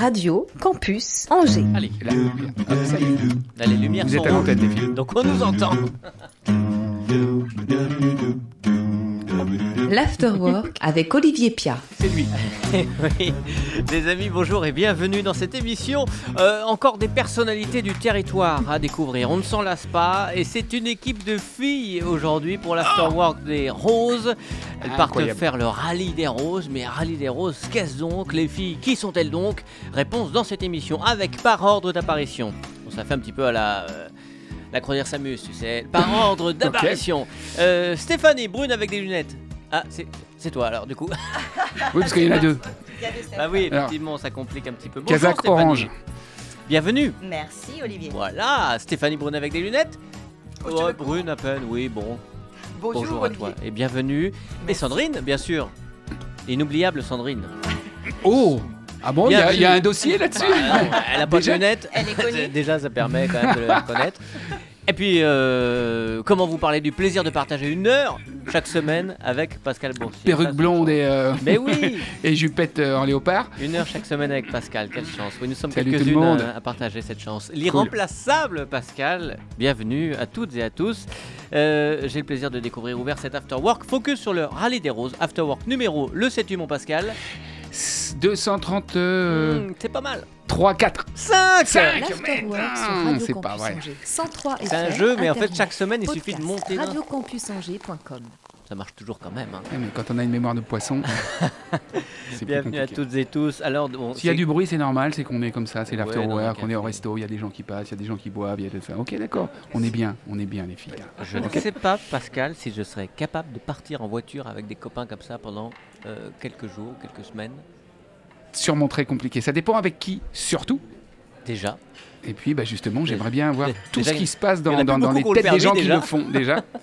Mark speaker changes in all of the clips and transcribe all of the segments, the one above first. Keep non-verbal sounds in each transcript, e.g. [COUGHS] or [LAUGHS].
Speaker 1: Radio Campus Angers.
Speaker 2: Allez, la lumière. Hop, ça y est. Là, les lumières
Speaker 3: Vous
Speaker 2: sont
Speaker 3: êtes à l'antenne, les filles.
Speaker 2: rouges. Donc on nous entend.
Speaker 1: L'Afterwork avec Olivier Pia.
Speaker 2: C'est lui. [LAUGHS] oui. Les amis, bonjour et bienvenue dans cette émission. Euh, encore des personnalités du territoire à découvrir. On ne s'en lasse pas. Et c'est une équipe de filles aujourd'hui pour l'Afterwork des Roses. Elles partent
Speaker 3: Incroyable.
Speaker 2: faire le rallye des Roses. Mais rallye des Roses, qu'est-ce donc Les filles, qui sont-elles donc Réponse dans cette émission avec par ordre d'apparition. Bon, ça fait un petit peu à la. euh, la croisière s'amuse, tu sais. [LAUGHS] Par ordre d'apparition. Euh, Stéphanie, brune avec des lunettes. Ah, c'est c'est toi alors, du coup.
Speaker 3: Oui, parce qu'il y en a deux.
Speaker 2: Bah oui,
Speaker 3: Alors.
Speaker 2: effectivement, ça complique un petit peu. Bonjour,
Speaker 3: Kazakh
Speaker 2: Stéphanie.
Speaker 3: orange.
Speaker 2: Bienvenue.
Speaker 4: Merci Olivier.
Speaker 2: Voilà, Stéphanie Brune avec des lunettes.
Speaker 4: Oh, je te
Speaker 2: ouais,
Speaker 4: le
Speaker 2: brune à peine, oui, bon.
Speaker 4: Bonjour,
Speaker 2: à toi et bienvenue. Et
Speaker 4: Merci.
Speaker 2: Sandrine, bien sûr. Inoubliable Sandrine.
Speaker 3: Oh Ah bon, il y, a- il y a
Speaker 2: [LAUGHS]
Speaker 3: un dossier là-dessus
Speaker 2: Ah, non, elle a pas de
Speaker 3: Déjà
Speaker 2: lunettes.
Speaker 4: Elle est connue.
Speaker 2: [LAUGHS] Déjà, ça permet quand même de la connaître. Et puis, euh, comment vous parler du plaisir de partager une heure chaque semaine avec Pascal Boursier Ça,
Speaker 3: Perruque
Speaker 2: c'est
Speaker 3: blonde
Speaker 2: chouette.
Speaker 3: et, euh,
Speaker 2: Mais oui
Speaker 3: [LAUGHS] et jupette euh, en léopard.
Speaker 2: Une heure chaque semaine avec Pascal, quelle chance. Oui, nous sommes
Speaker 3: Salut tout le
Speaker 2: quelques-unes
Speaker 3: monde.
Speaker 2: à, à partager cette chance. L'irremplaçable Pascal, bienvenue à toutes et à tous. Euh, J'ai le plaisir de découvrir ouvert cet After Work. Focus sur le Rallye des Roses. After Work numéro, le sais-tu mon Pascal
Speaker 3: 230... euh,
Speaker 2: Hmm, C'est pas mal.
Speaker 3: 3, 4.
Speaker 2: 5
Speaker 3: Cinq.
Speaker 1: L'Afterwork sur
Speaker 3: Hum,
Speaker 1: Radio
Speaker 3: c'est pas
Speaker 1: Campus
Speaker 3: vrai.
Speaker 1: Angers. 103
Speaker 2: C'est un
Speaker 1: FM,
Speaker 2: jeu, mais en fait,
Speaker 1: Internet,
Speaker 2: chaque semaine, il
Speaker 1: podcast,
Speaker 2: suffit de monter d'un.
Speaker 1: radiocampusangers.com.
Speaker 2: Ça marche toujours quand même. hein.
Speaker 3: Ah, Quand on a une mémoire de poisson... [LAUGHS] c'est plus
Speaker 2: Bienvenue à
Speaker 3: compliqué.
Speaker 2: toutes et tous. Alors, bon,
Speaker 3: S'il y a
Speaker 2: c'est-
Speaker 3: du bruit, c'est normal, c'est qu'on est comme ça, c'est l'after
Speaker 2: Ouais, dans un
Speaker 3: work, on est au
Speaker 2: café.
Speaker 3: resto, il y a des gens qui passent, il y a des gens qui boivent, il y a des... enfin, Ok, d'accord, on est bien, on est bien les filles. là.
Speaker 2: Je ne sais pas, Pascal, si je serais capable de partir en voiture avec des copains comme ça pendant euh, quelques jours, quelques semaines.
Speaker 3: Sûrement très compliqué, ça dépend avec qui, surtout.
Speaker 2: Déjà.
Speaker 3: Et puis, bah, justement, j'aimerais
Speaker 2: [LAUGHS]
Speaker 3: bien voir
Speaker 2: Mais-
Speaker 3: tout
Speaker 2: déjà,
Speaker 3: ce qui se passe
Speaker 2: il y en a
Speaker 3: dans,
Speaker 2: plus
Speaker 3: dans- dans
Speaker 2: beaucoup
Speaker 3: les
Speaker 2: qui ont le permis,
Speaker 3: têtes des gens qui
Speaker 2: déjà.
Speaker 3: le font déjà.
Speaker 2: [LAUGHS]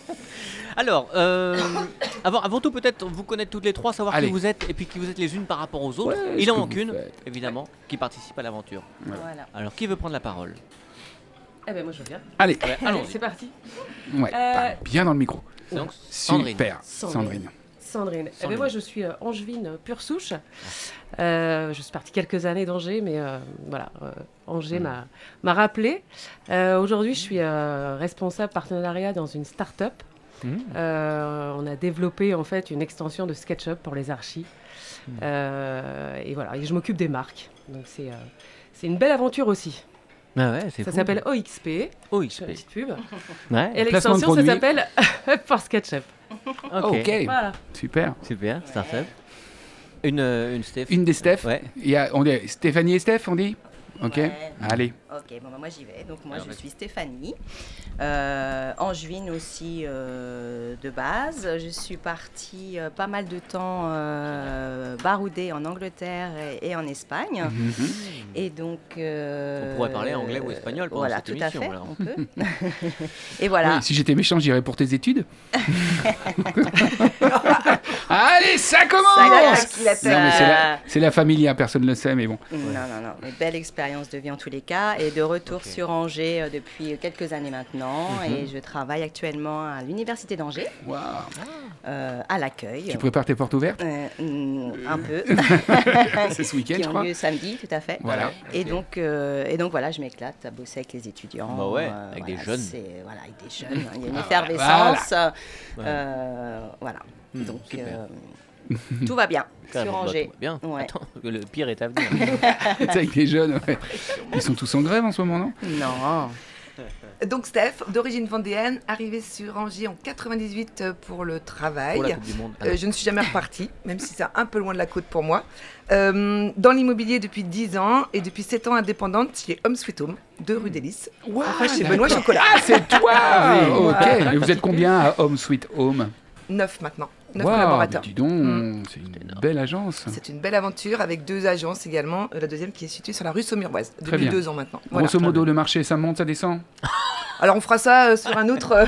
Speaker 2: Alors, euh, [COUGHS] avant, avant tout, peut-être vous connaître toutes les trois, savoir
Speaker 3: Allez.
Speaker 2: qui vous êtes et puis qui vous êtes les unes par rapport aux autres.
Speaker 3: Ouais,
Speaker 2: Il
Speaker 3: ce
Speaker 2: en
Speaker 3: que
Speaker 2: manque
Speaker 3: vous
Speaker 2: une,
Speaker 3: faites.
Speaker 2: évidemment, qui participe à l'aventure.
Speaker 5: Voilà.
Speaker 2: Alors, qui veut prendre la parole
Speaker 5: Eh ben moi je viens.
Speaker 3: Allez,
Speaker 2: Ouais,
Speaker 5: Allez,
Speaker 2: allons-y.
Speaker 5: c'est parti.
Speaker 3: ouais,
Speaker 5: Euh,
Speaker 3: bien dans le micro.
Speaker 2: Donc, Sandrine.
Speaker 3: Super,
Speaker 5: Sandrine.
Speaker 3: Sandrine.
Speaker 5: Sandrine. Eh
Speaker 2: Sandrine.
Speaker 5: ben moi je suis euh, angevine euh, pure souche. Euh, je suis partie quelques années d'Angers, mais euh, voilà, euh, Angers m'a- m'a rappelé. Euh, Aujourd'hui, je suis euh, responsable partenariat dans une start-up.
Speaker 2: Mmh.
Speaker 5: Euh, on a développé en fait une extension de SketchUp pour les archis. Euh, et voilà, et je m'occupe des marques. Donc c'est euh, c'est une belle aventure aussi.
Speaker 2: Ah ouais, c'est
Speaker 5: Ça
Speaker 2: fou.
Speaker 5: s'appelle OXP, je fais une
Speaker 2: OXP.
Speaker 5: petite pub.
Speaker 2: Ouais,
Speaker 3: Placement
Speaker 5: Et
Speaker 3: de
Speaker 5: l'extension, ça
Speaker 3: produit.
Speaker 5: s'appelle [LAUGHS] pour SketchUp.
Speaker 2: ok.
Speaker 3: Ah, ok,
Speaker 5: Voilà.
Speaker 3: super.
Speaker 2: Super, Startup. Une, euh, une Steph.
Speaker 3: Une des Steph.
Speaker 2: Ouais.
Speaker 3: Il y a, on dit, Stéphanie et Steph, on dit Ok,
Speaker 4: Ouais.
Speaker 3: allez.
Speaker 4: Ok, bon, bah, moi j'y vais. Donc moi
Speaker 2: Alors,
Speaker 4: je
Speaker 2: vas-y.
Speaker 4: suis Stéphanie, euh, angevine aussi euh, de base. Je suis partie euh, pas mal de temps euh, barouder en Angleterre et, et en Espagne.
Speaker 3: Mhm.
Speaker 4: Et donc. euh,
Speaker 2: On pourrait parler anglais ou espagnol pendant
Speaker 4: Voilà,
Speaker 2: cette
Speaker 4: tout
Speaker 2: émission,
Speaker 4: à fait.
Speaker 2: alors.
Speaker 4: On peut. [LAUGHS] et voilà.
Speaker 3: Oui, si j'étais méchant, j'irais pour tes études. Allez, ça commence
Speaker 4: Ça claque, il a
Speaker 3: Non, mais c'est, la,
Speaker 4: peur.
Speaker 3: c'est la famille, hein, personne ne le sait, mais bon.
Speaker 4: Non, non, non. Mais belle expérience de vie en tous les cas. Et de retour
Speaker 2: Ok. Mhm.
Speaker 4: sur Angers euh, depuis quelques années maintenant. Et je travaille actuellement à l'Université d'Angers,
Speaker 3: Waouh.
Speaker 4: euh, à l'accueil.
Speaker 3: Tu prépares tes portes ouvertes
Speaker 4: Euh, mm, un [LAUGHS] peu.
Speaker 3: C'est [LAUGHS] ce week-end,
Speaker 4: qui
Speaker 3: je
Speaker 4: ont
Speaker 3: crois.
Speaker 4: lieu samedi, tout à fait.
Speaker 3: Voilà.
Speaker 4: Et, donc, euh, et donc voilà, je m'éclate à bosser avec les étudiants.
Speaker 2: Bah ouais, avec des jeunes.
Speaker 4: c'est- Voilà, avec des
Speaker 2: [LAUGHS]
Speaker 4: jeunes. Il y a une effervescence. euh,
Speaker 2: Ouais.
Speaker 4: euh, Voilà.
Speaker 2: Hmm,
Speaker 4: donc,
Speaker 2: super.
Speaker 3: [LAUGHS]
Speaker 4: euh, tout va bien
Speaker 2: Ah,
Speaker 4: sur
Speaker 2: bon, bah,
Speaker 4: Angers.
Speaker 2: tout va Bien.
Speaker 4: Ouais.
Speaker 2: Attends, le pire est à venir.
Speaker 3: C'est avec les jeunes, ouais. Ils sont tous en grève en ce moment, non
Speaker 4: Non.
Speaker 6: Donc Steph, d'origine vendéenne, arrivée sur Angers en 98 pour le travail.
Speaker 2: Pour la Coupe du Monde. Ah,
Speaker 6: Euh, je ne suis jamais repartie, [LAUGHS] même si c'est un peu loin de la côte pour moi. Euh, dans l'immobilier depuis 10 ans et depuis 7 ans indépendante chez Home Sweet Home, 2 rue d'Hélice. Enfin, chez Benoît Chocolat.
Speaker 3: Ah, c'est toi Ok, et vous êtes combien à Home Sweet Home
Speaker 6: 9 maintenant, 9
Speaker 3: Waouh,
Speaker 6: collaborateurs.
Speaker 3: mais dis donc,
Speaker 6: Mm.
Speaker 3: c'est
Speaker 2: C'est
Speaker 3: une
Speaker 2: énorme.
Speaker 3: belle agence.
Speaker 6: C'est une belle aventure avec deux agences également, euh, la deuxième qui est située sur la rue Saumuroise,
Speaker 3: Très
Speaker 6: depuis
Speaker 3: bien.
Speaker 6: deux ans maintenant. Voilà.
Speaker 3: Grosso modo, le marché, ça monte, ça
Speaker 6: [LAUGHS]
Speaker 3: descend
Speaker 6: Alors on fera ça euh, [LAUGHS] sur un autre euh,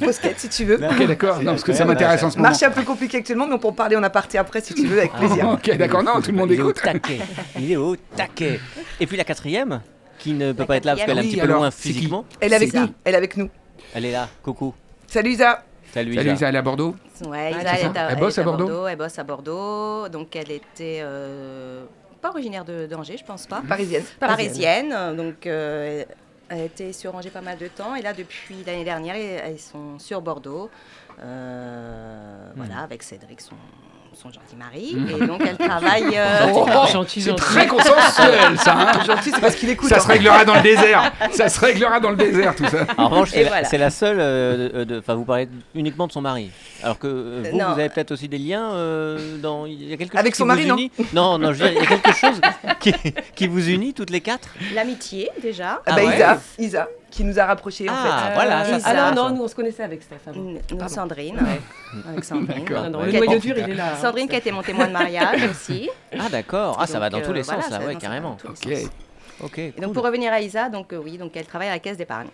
Speaker 6: podcast si tu veux.
Speaker 3: Ok, d'accord, non, parce que ça
Speaker 2: Ouais, ouais,
Speaker 3: m'intéresse
Speaker 2: ouais.
Speaker 3: en ce moment.
Speaker 6: Marché un peu compliqué actuellement, mais on peut en parler en aparté après si tu veux, avec plaisir.
Speaker 3: [LAUGHS] Ok, Eh, d'accord, non, tout le monde
Speaker 2: Il est au
Speaker 3: écoute.
Speaker 2: taquet. Il est au taquet. Et puis la quatrième, qui ne peut
Speaker 4: La
Speaker 2: pas être là parce qu'elle est un
Speaker 3: quatrième.
Speaker 2: petit
Speaker 3: Oui,
Speaker 2: peu
Speaker 3: alors,
Speaker 2: loin
Speaker 3: c'est qui
Speaker 2: physiquement.
Speaker 6: Elle est avec
Speaker 3: C'est
Speaker 6: nous,
Speaker 3: qui
Speaker 6: elle est avec nous.
Speaker 2: Elle est là, coucou.
Speaker 6: Salut Isa
Speaker 2: Salut,
Speaker 3: Salut
Speaker 2: Isa.
Speaker 3: Isa, elle est à Bordeaux
Speaker 4: Ouais, Isa,
Speaker 3: Ah, c'est
Speaker 4: elle,
Speaker 3: ça.
Speaker 4: est à,
Speaker 3: Elle bosse
Speaker 4: est
Speaker 3: à Bordeaux
Speaker 4: Elle bosse à Bordeaux. Donc, elle était euh, pas originaire de d'Angers, je pense
Speaker 3: [LAUGHS]
Speaker 4: pas.
Speaker 6: Parisienne.
Speaker 4: Parisienne, donc euh, elle était sur Angers pas mal de temps. Et là, depuis l'année dernière, ils ils sont sur Bordeaux, euh, voilà, avec Cédric, son, son gentil mari. Et donc, elle travaille...
Speaker 2: Ah,
Speaker 4: euh,
Speaker 5: gentil,
Speaker 3: Oh, C'est
Speaker 5: gentil.
Speaker 3: très consensuel, ça. hein.
Speaker 6: Gentil, [LAUGHS] c'est parce qu'il écoute.
Speaker 3: ça
Speaker 6: hein.
Speaker 3: se réglera dans le désert. Ça se réglera dans le désert, tout ça.
Speaker 2: En revanche, c'est
Speaker 4: Et
Speaker 2: la,
Speaker 4: voilà.
Speaker 2: c'est la seule. euh, de- de- Enfin, vous parlez uniquement de son mari. Alors que euh, vous,
Speaker 4: non.
Speaker 2: vous avez peut-être aussi des liens. euh, dans, il y a quelque
Speaker 6: Avec
Speaker 2: chose
Speaker 6: son
Speaker 2: qui
Speaker 6: mari,
Speaker 2: vous
Speaker 6: non
Speaker 2: unit. non Non, je veux dire, il y a quelque chose qui, qui vous unit toutes les quatre.
Speaker 4: L'amitié, déjà.
Speaker 6: Ah
Speaker 2: Ah
Speaker 6: bah,
Speaker 2: ouais
Speaker 6: Isa, Isa, qui nous a rapprochés en fait.
Speaker 2: Ah, voilà, ça,
Speaker 5: Euh,
Speaker 2: ça,
Speaker 5: ah
Speaker 2: ça.
Speaker 5: non, non, nous on se connaissait avec Steph
Speaker 2: Mm.
Speaker 5: avant.
Speaker 4: Nous, nous,
Speaker 6: Pardon.
Speaker 4: Sandrine. Avec
Speaker 3: D'accord.
Speaker 5: Non,
Speaker 4: Sandrine.
Speaker 5: non,
Speaker 2: Ouais.
Speaker 5: Le noyau dur, il est là. hein.
Speaker 4: Sandrine qui a été mon témoin de mariage aussi.
Speaker 2: Ah, d'accord. Ah, ça
Speaker 4: Donc,
Speaker 2: va dans
Speaker 4: euh,
Speaker 2: tous les
Speaker 4: voilà,
Speaker 2: sens,
Speaker 4: ça
Speaker 2: là,
Speaker 4: va
Speaker 2: ouais,
Speaker 4: dans-
Speaker 2: carrément.
Speaker 4: dans tous les
Speaker 3: Ok.
Speaker 4: sens.
Speaker 2: Ok,
Speaker 4: Et donc
Speaker 2: cool.
Speaker 4: pour revenir à Isa, donc euh, oui, donc elle travaille à la caisse d'épargne.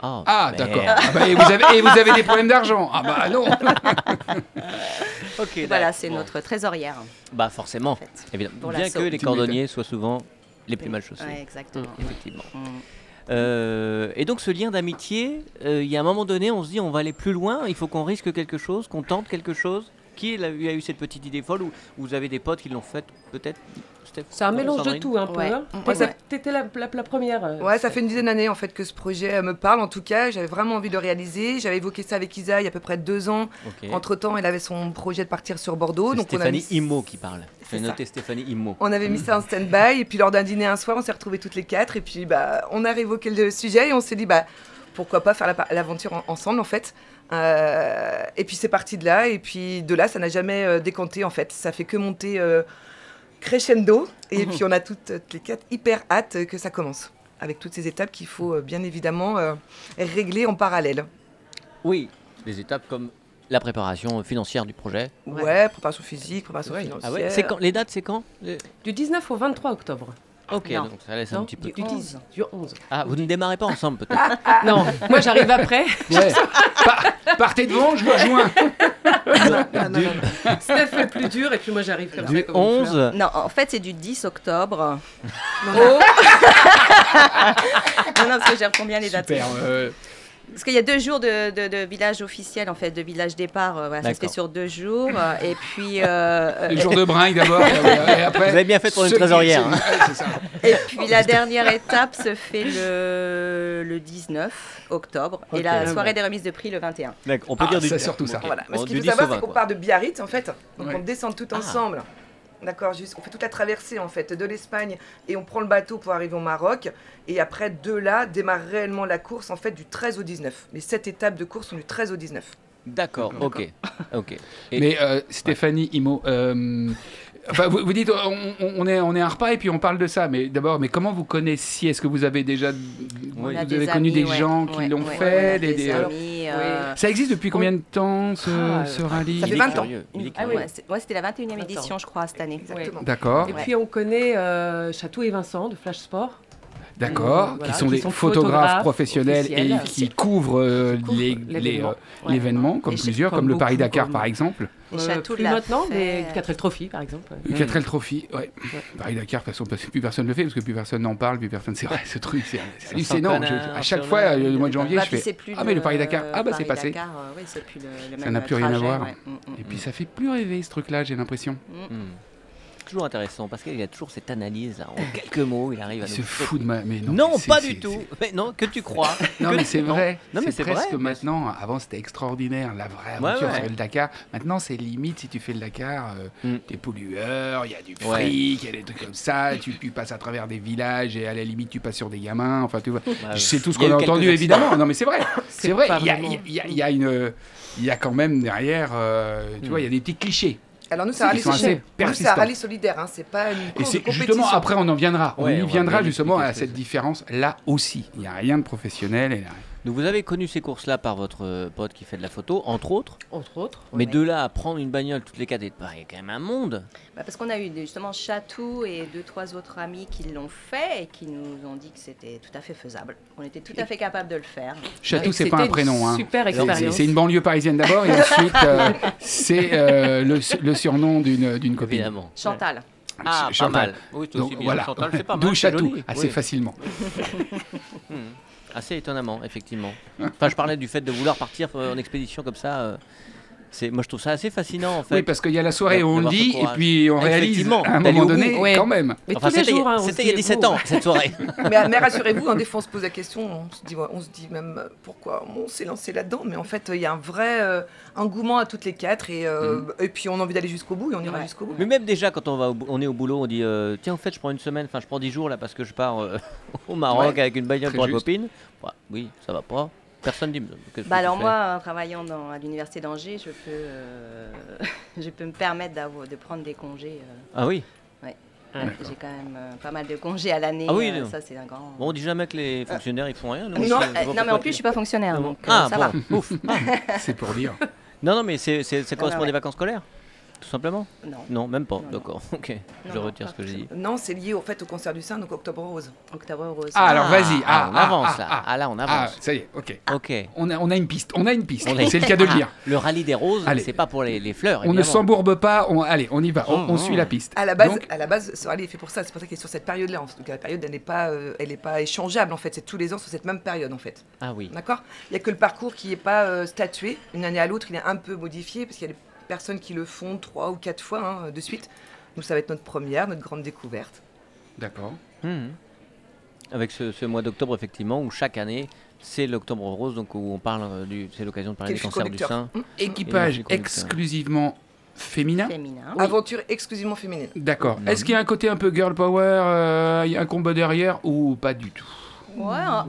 Speaker 2: Ah,
Speaker 3: Ah,
Speaker 2: merde.
Speaker 3: d'accord. Ah bah, et, vous avez, et vous avez des problèmes d'argent. Ah bah
Speaker 6: [LAUGHS]
Speaker 3: non.
Speaker 2: Ok,
Speaker 4: Voilà,
Speaker 2: d'accord.
Speaker 4: c'est
Speaker 2: Bon.
Speaker 4: notre trésorière
Speaker 2: Bah, forcément.
Speaker 4: en fait.
Speaker 2: Évidemment.
Speaker 4: Pour la
Speaker 2: Bien que
Speaker 4: sauve.
Speaker 2: les
Speaker 3: Tu
Speaker 2: cordonniers soient souvent les plus mal chaussés.
Speaker 4: Ouais, exactement.
Speaker 2: Effectivement.
Speaker 4: Mm.
Speaker 2: Euh, et donc ce lien d'amitié, euh, il y a un moment donné, on se dit on va aller plus loin, il faut qu'on risque quelque chose, qu'on tente quelque chose. Qui a eu, a eu cette petite idée folle ou ou vous avez des potes qui l'ont faite peut-être Steph
Speaker 5: C'est un
Speaker 2: Non,
Speaker 5: mélange de
Speaker 2: Sandrine
Speaker 5: tout un peu.
Speaker 4: Ouais.
Speaker 5: hein.
Speaker 4: Ouais.
Speaker 5: T'étais-
Speaker 4: Ouais.
Speaker 5: T'étais la, la- la première. euh,
Speaker 6: Ouais, ça fait une dizaine d'années en fait que ce projet euh, me parle. En tout cas, j'avais vraiment envie de le réaliser. J'avais évoqué ça avec Isa il y a à peu près deux ans.
Speaker 2: Ok.
Speaker 6: Entre temps, elle avait son projet de partir sur Bordeaux.
Speaker 2: C'est
Speaker 6: Donc on a,
Speaker 2: Stéphanie
Speaker 6: mis,
Speaker 2: Immo qui parle. J'ai
Speaker 6: C'est ça.
Speaker 2: noté Stéphanie Immo.
Speaker 6: on avait mis ça en stand-by. Et puis lors d'un dîner un soir, on s'est retrouvés toutes les quatre. Et puis bah, on a réévoqué le sujet et on s'est dit bah, pourquoi pas faire la par- l'aventure en- ensemble en fait. Euh, et puis c'est parti de là. Et puis de là, ça n'a jamais euh, décanté en fait. Ça fait que monter euh, crescendo. Et
Speaker 2: Mhm.
Speaker 6: puis on a toutes, toutes les quatre hyper hâte euh, que ça commence. Avec toutes ces étapes qu'il faut euh, bien évidemment euh, régler en parallèle.
Speaker 2: Oui, des étapes comme la préparation financière du projet.
Speaker 6: Ouais, préparation physique, préparation financière.
Speaker 2: Ah ouais, c'est
Speaker 6: [LAUGHS]
Speaker 2: quand les dates c'est quand Les-
Speaker 5: Du 19 au 23 octobre.
Speaker 2: Euh, OK,
Speaker 4: Non.
Speaker 2: donc ça laisse un
Speaker 5: Non,
Speaker 2: petit peu.
Speaker 5: du, du 10, du 11.
Speaker 2: Ah, vous ne démarrez pas ensemble peut-être.
Speaker 4: Ah. [LAUGHS]
Speaker 5: non, moi j'arrive après. [LAUGHS]
Speaker 3: Ouais. Pa- partez devant, je vous rejoins.
Speaker 2: Du-
Speaker 5: Steph fait le plus dur et puis moi j'arrive comme ça.
Speaker 2: Du
Speaker 5: comme une fleur.
Speaker 2: 11
Speaker 4: Non, en fait, c'est du 10 octobre. Oh.
Speaker 5: Non,
Speaker 4: [LAUGHS] Non, non, parce que j'ai combien les dates
Speaker 3: Super. euh,
Speaker 4: Parce qu'il y a deux jours de, de- de village officiel, en fait, de village départ. euh, voilà, ça se fait
Speaker 2: D'accord.
Speaker 4: sur deux jours. euh, Et
Speaker 3: [LAUGHS]
Speaker 4: puis, euh,
Speaker 3: le jour de bringue d'abord. et après- et après,
Speaker 2: Vous avez bien fait pour une
Speaker 3: ceux qui-
Speaker 2: trésorière. hein.
Speaker 3: ceux- ouais, c'est ça.
Speaker 4: Et puis la dernière étape se fait le, le 19 octobre et la
Speaker 2: Ok.
Speaker 4: soirée des remises de prix le 21.
Speaker 2: D'accord, on peut
Speaker 3: Ah,
Speaker 2: dire du
Speaker 3: c'est surtout ça.
Speaker 2: Ok,
Speaker 6: Voilà. Mais
Speaker 2: bon,
Speaker 6: ce
Speaker 2: du
Speaker 6: qu'il faut
Speaker 2: 10 au
Speaker 6: savoir,
Speaker 2: 20,
Speaker 6: c'est qu'on
Speaker 2: quoi.
Speaker 6: part de Biarritz, en fait. Donc
Speaker 3: Ouais.
Speaker 6: on descend tout
Speaker 2: Ah.
Speaker 6: ensemble. D'accord, juste, on fait toute la traversée, en fait, de l'Espagne et on prend le bateau pour arriver au Maroc. Et après, de là, démarre réellement la course, en fait, du 13 au 19. Les sept étapes de course sont du 13 au 19.
Speaker 2: D'accord, ok. ok. Et-
Speaker 3: Mais euh, Stéphanie Imo, euh, enfin, vous, vous dites on, on- on est on est un repas et puis on parle de ça. Mais d'abord, mais comment vous connaissiez Est-ce que vous avez déjà vous
Speaker 2: On a
Speaker 3: avez connu des gens qui l'ont fait des- euh, des-
Speaker 4: euh,
Speaker 3: Ça existe depuis combien de temps ce,
Speaker 5: Ah,
Speaker 3: ce rallye
Speaker 6: ça
Speaker 2: Il
Speaker 6: fait
Speaker 2: est
Speaker 6: 20 ans.
Speaker 2: curieux, il est
Speaker 5: Ah
Speaker 2: curieux.
Speaker 5: oui.
Speaker 4: ouais, c'était la 21e édition, je crois, cette année.
Speaker 6: Exactement.
Speaker 3: D'accord,
Speaker 5: Et
Speaker 4: Ouais.
Speaker 5: puis on connaît euh, Chatou et Vincent de Flash Sport.
Speaker 3: d'accord,
Speaker 5: Voilà,
Speaker 3: qui sont
Speaker 5: qui
Speaker 3: des
Speaker 5: sont
Speaker 3: photographes
Speaker 5: photographes
Speaker 3: professionnels et
Speaker 5: officiels.
Speaker 3: qui couvrent euh,
Speaker 5: Qui couvrent
Speaker 3: les- les,
Speaker 5: l'événement.
Speaker 3: euh,
Speaker 5: Ouais.
Speaker 3: l'événement, comme
Speaker 4: Et chez-
Speaker 3: plusieurs,
Speaker 5: comme
Speaker 3: comme, le
Speaker 5: beaucoup,
Speaker 3: Paris-Dakar
Speaker 5: comme-
Speaker 3: par exemple.
Speaker 4: Et
Speaker 5: Euh,
Speaker 4: Chatou
Speaker 5: plus
Speaker 4: l'a
Speaker 5: maintenant,
Speaker 4: fait.
Speaker 5: mais du 4L Trophy par exemple.
Speaker 3: Le
Speaker 2: Hmm.
Speaker 3: 4L Trophy, ouais. Paris-Dakar, de toute façon, parce que plus personne le fait, parce que plus personne n'en parle, plus personne. C'est vrai, [LAUGHS] ce truc, c'est c'est hallucinant. Je-
Speaker 2: connard,
Speaker 3: à chaque
Speaker 2: sur
Speaker 3: fois,
Speaker 2: le-
Speaker 3: euh, le mois de janvier,
Speaker 4: Bah,
Speaker 3: je
Speaker 4: puis
Speaker 3: fais.
Speaker 4: c'est plus
Speaker 3: Ah, mais le Paris-Dakar, ah, bah c'est passé.
Speaker 4: Paris-Dakar, euh, ouais, c'est plus le- le
Speaker 3: Ça
Speaker 4: même
Speaker 3: n'a plus rien à
Speaker 4: trajet,
Speaker 3: voir.
Speaker 4: ouais. Mm, mm.
Speaker 3: Et puis ça fait plus rêver ce truc-là, j'ai l'impression.
Speaker 2: Hmm. Toujours intéressant parce qu'il y a toujours cette analyse là. En
Speaker 3: [LAUGHS]
Speaker 2: quelques mots, il arrive à
Speaker 3: Il
Speaker 2: nous.
Speaker 3: se fout de ma. Mais non,
Speaker 2: Non,
Speaker 3: mais c'est-
Speaker 2: pas
Speaker 3: c'est-
Speaker 2: du tout.
Speaker 3: c'est-
Speaker 2: Mais non, que tu crois.
Speaker 3: [LAUGHS] Non,
Speaker 2: Que-
Speaker 3: mais c'est
Speaker 2: non.
Speaker 3: vrai.
Speaker 2: Non, mais c'est
Speaker 3: c'est presque
Speaker 2: vrai.
Speaker 3: maintenant. Avant, c'était extraordinaire, la vraie
Speaker 2: Ouais,
Speaker 3: aventure
Speaker 2: ouais.
Speaker 3: sur le Dakar. Maintenant, c'est limite si tu fais le Dakar, euh,
Speaker 2: Mm.
Speaker 3: t'es pollueur, il y a du
Speaker 2: Ouais.
Speaker 3: fric, il y a des trucs comme ça. Tu, tu passes à travers des villages et à la limite, tu passes sur des gamins. Enfin, tu vois.
Speaker 2: ouais.
Speaker 3: C'est tout ce
Speaker 2: Il y a
Speaker 3: qu'on a,
Speaker 2: eu quelques
Speaker 3: entendu,
Speaker 2: accidents.
Speaker 3: évidemment. Non,
Speaker 2: [LAUGHS]
Speaker 3: mais c'est vrai. C'est vrai.
Speaker 5: pas
Speaker 3: Il y a,
Speaker 5: vraiment-
Speaker 3: il y a- il y a une. Il y a quand même derrière, euh,
Speaker 2: Mm.
Speaker 3: tu vois, il y a des petits clichés.
Speaker 6: Alors nous, c'est
Speaker 3: Ils
Speaker 6: un rallye
Speaker 3: sont assez
Speaker 6: solidaire. Nous, c'est un
Speaker 3: persistants.
Speaker 6: rallye solidaire, hein, c'est pas une
Speaker 3: Et
Speaker 6: course de
Speaker 3: c'est
Speaker 6: compétition.
Speaker 3: justement après, on en viendra.
Speaker 2: Ouais, on
Speaker 3: on y
Speaker 2: va
Speaker 3: viendra
Speaker 2: bien
Speaker 3: justement
Speaker 2: expliquer
Speaker 3: à
Speaker 2: ce
Speaker 3: cette
Speaker 2: que c'est.
Speaker 3: différence là aussi. Il n'y a rien de professionnel. et-
Speaker 2: Donc vous avez connu ces courses-là par votre euh, pote qui fait de la photo, entre autres.
Speaker 5: Entre autres.
Speaker 2: Mais de là à prendre une bagnole toutes les quatre, et de- bah, il y a quand même un monde.
Speaker 4: Bah, parce qu'on a eu des- justement Chatou et deux, trois autres amis qui l'ont fait et qui nous ont dit que c'était tout à fait faisable. On était tout à fait capable de le faire.
Speaker 3: Chatou,
Speaker 5: Et
Speaker 3: c'est pas un
Speaker 5: c'était
Speaker 3: prénom.
Speaker 5: Une
Speaker 3: hein.
Speaker 5: super
Speaker 3: C'est- c'est-
Speaker 5: expérience.
Speaker 3: C'est une banlieue parisienne d'abord, et ensuite, euh, c'est euh, le, le surnom d'une d'une copine.
Speaker 2: Évidemment.
Speaker 4: Chantal.
Speaker 2: Ah, pas
Speaker 3: Chantal.
Speaker 2: mal. Oui, c'est aussi
Speaker 3: Donc
Speaker 2: bien.
Speaker 3: voilà,
Speaker 2: Chantal, c'est
Speaker 3: [LAUGHS]
Speaker 2: pas mal.
Speaker 3: d'où
Speaker 2: c'est
Speaker 3: Chatou,
Speaker 2: joli.
Speaker 3: assez
Speaker 2: Oui.
Speaker 3: facilement. [LAUGHS]
Speaker 2: Assez étonnamment, effectivement. Enfin, je parlais du fait de vouloir partir euh, en expédition comme ça. euh, C'est, moi, je trouve ça assez fascinant, en fait.
Speaker 3: Oui, parce qu'il y a la soirée où on le
Speaker 2: D'avoir ce
Speaker 3: dit, et
Speaker 2: courage.
Speaker 3: puis on réalise
Speaker 2: Effectivement,
Speaker 3: à un
Speaker 2: d'aller
Speaker 3: moment
Speaker 2: au bout.
Speaker 3: donné,
Speaker 5: Ouais.
Speaker 3: quand même.
Speaker 5: Mais
Speaker 2: Enfin,
Speaker 5: tous les
Speaker 2: c'était,
Speaker 5: jours, hein, on se
Speaker 2: c'était il y a
Speaker 5: dit,
Speaker 2: 17
Speaker 5: oh.
Speaker 2: ans, cette
Speaker 5: [LAUGHS]
Speaker 2: soirée.
Speaker 6: Mais, mais rassurez-vous, hein, des fois on se pose la question, on se dit, on se dit même euh, pourquoi on s'est lancé là-dedans, mais en fait il y a un vrai euh, engouement à toutes les quatre et, euh,
Speaker 3: Mm.
Speaker 6: et puis on a envie d'aller jusqu'au bout et on ira
Speaker 4: Ouais.
Speaker 6: jusqu'au bout.
Speaker 2: Mais même déjà, quand on, va au bou- on est au boulot, on dit euh, Tiens, en fait, je prends une semaine, enfin, je prends 10 jours là parce que je pars euh, [LAUGHS] au Maroc
Speaker 3: Ouais,
Speaker 2: avec une bagnole
Speaker 3: très
Speaker 2: pour la
Speaker 3: juste.
Speaker 2: copine. Bah, oui, ça va pas. Personne dit Mais qu'est-ce que
Speaker 4: Bah
Speaker 2: tu
Speaker 4: alors
Speaker 2: fais
Speaker 4: moi, en travaillant dans, à l'université d'Angers, je peux, euh, [LAUGHS] je peux me permettre d'avoir- de prendre des congés. euh.
Speaker 2: Ah oui
Speaker 4: Ouais, J'ai quand même euh, pas mal de congés à l'année.
Speaker 2: Ah oui,
Speaker 4: euh,
Speaker 2: non.
Speaker 4: ça c'est un grand.
Speaker 2: Bon, on dit jamais que les fonctionnaires ils font rien. nous, on
Speaker 4: non,
Speaker 2: sait-
Speaker 4: euh,
Speaker 2: on voit
Speaker 4: non, mais en
Speaker 2: pourquoi
Speaker 4: plus je
Speaker 2: ils-
Speaker 4: suis pas fonctionnaire, donc euh,
Speaker 2: Ah,
Speaker 4: ça va.
Speaker 2: bon, [LAUGHS] ouf. Ah.
Speaker 3: C'est pour
Speaker 2: [LAUGHS]
Speaker 3: dire.
Speaker 2: Non, non, mais c'est, c'est, ça
Speaker 4: Ah,
Speaker 2: correspond à
Speaker 4: ouais.
Speaker 2: des vacances scolaires, tout simplement
Speaker 4: Non,
Speaker 2: Non, même pas.
Speaker 4: Non, non.
Speaker 2: D'accord, ok. je
Speaker 4: non,
Speaker 2: retire
Speaker 4: pas
Speaker 2: ce que j'ai dit.
Speaker 6: Non, c'est lié au fait au concert du sein, donc Octobre Rose.
Speaker 4: octobre rose.
Speaker 3: Ah, alors vas-y. Ah,
Speaker 2: on
Speaker 3: ah,
Speaker 2: avance
Speaker 3: ah,
Speaker 2: là.
Speaker 3: ah.
Speaker 2: Ah là, on
Speaker 3: Ah,
Speaker 2: avance.
Speaker 3: ça y est, ok.
Speaker 2: Ok.
Speaker 3: On a, on a une piste, on a une piste.
Speaker 2: On est-
Speaker 3: C'est le cas de le
Speaker 2: Ah,
Speaker 3: dire.
Speaker 2: Le rallye des roses,
Speaker 3: Allez.
Speaker 2: c'est pas pour les, les fleurs.
Speaker 3: On ne
Speaker 2: évidemment.
Speaker 3: s'embourbe pas, on... allez, on y va, on, on
Speaker 2: Oh,
Speaker 3: suit
Speaker 2: oh.
Speaker 3: la piste.
Speaker 6: À la base,
Speaker 3: Donc,
Speaker 6: à la base, ce rallye est fait pour ça. C'est pour ça qu'il est sur cette période-là. En tout cas, la période, elle n'est pas, euh, elle n'est pas échangeable en fait. C'est tous les ans sur cette même période en fait.
Speaker 2: Ah oui.
Speaker 6: D'accord Il n'y a que le parcours qui n'est pas euh, statué. Une année à l'autre, il est un peu modifié parce qu'il y a des personnes qui le font trois ou quatre fois hein, de suite. Nous, ça va être notre première, notre grande découverte.
Speaker 3: D'accord.
Speaker 2: Mhm. Avec ce, ce mois d'octobre, effectivement, où chaque année, c'est l'octobre rose, donc où on parle euh, du. C'est l'occasion de parler
Speaker 6: Quel
Speaker 2: du cancer du
Speaker 6: conducteur.
Speaker 2: sein. Et
Speaker 3: Équipage
Speaker 2: donc, les conducteurs.
Speaker 3: exclusivement féminin.
Speaker 4: Féminin.
Speaker 6: Aventure exclusivement féminine.
Speaker 3: D'accord.
Speaker 2: Mhm.
Speaker 3: Est-ce qu'il y a un côté un peu girl power, euh, il y a un combo derrière ou pas du tout
Speaker 4: Ouais, un-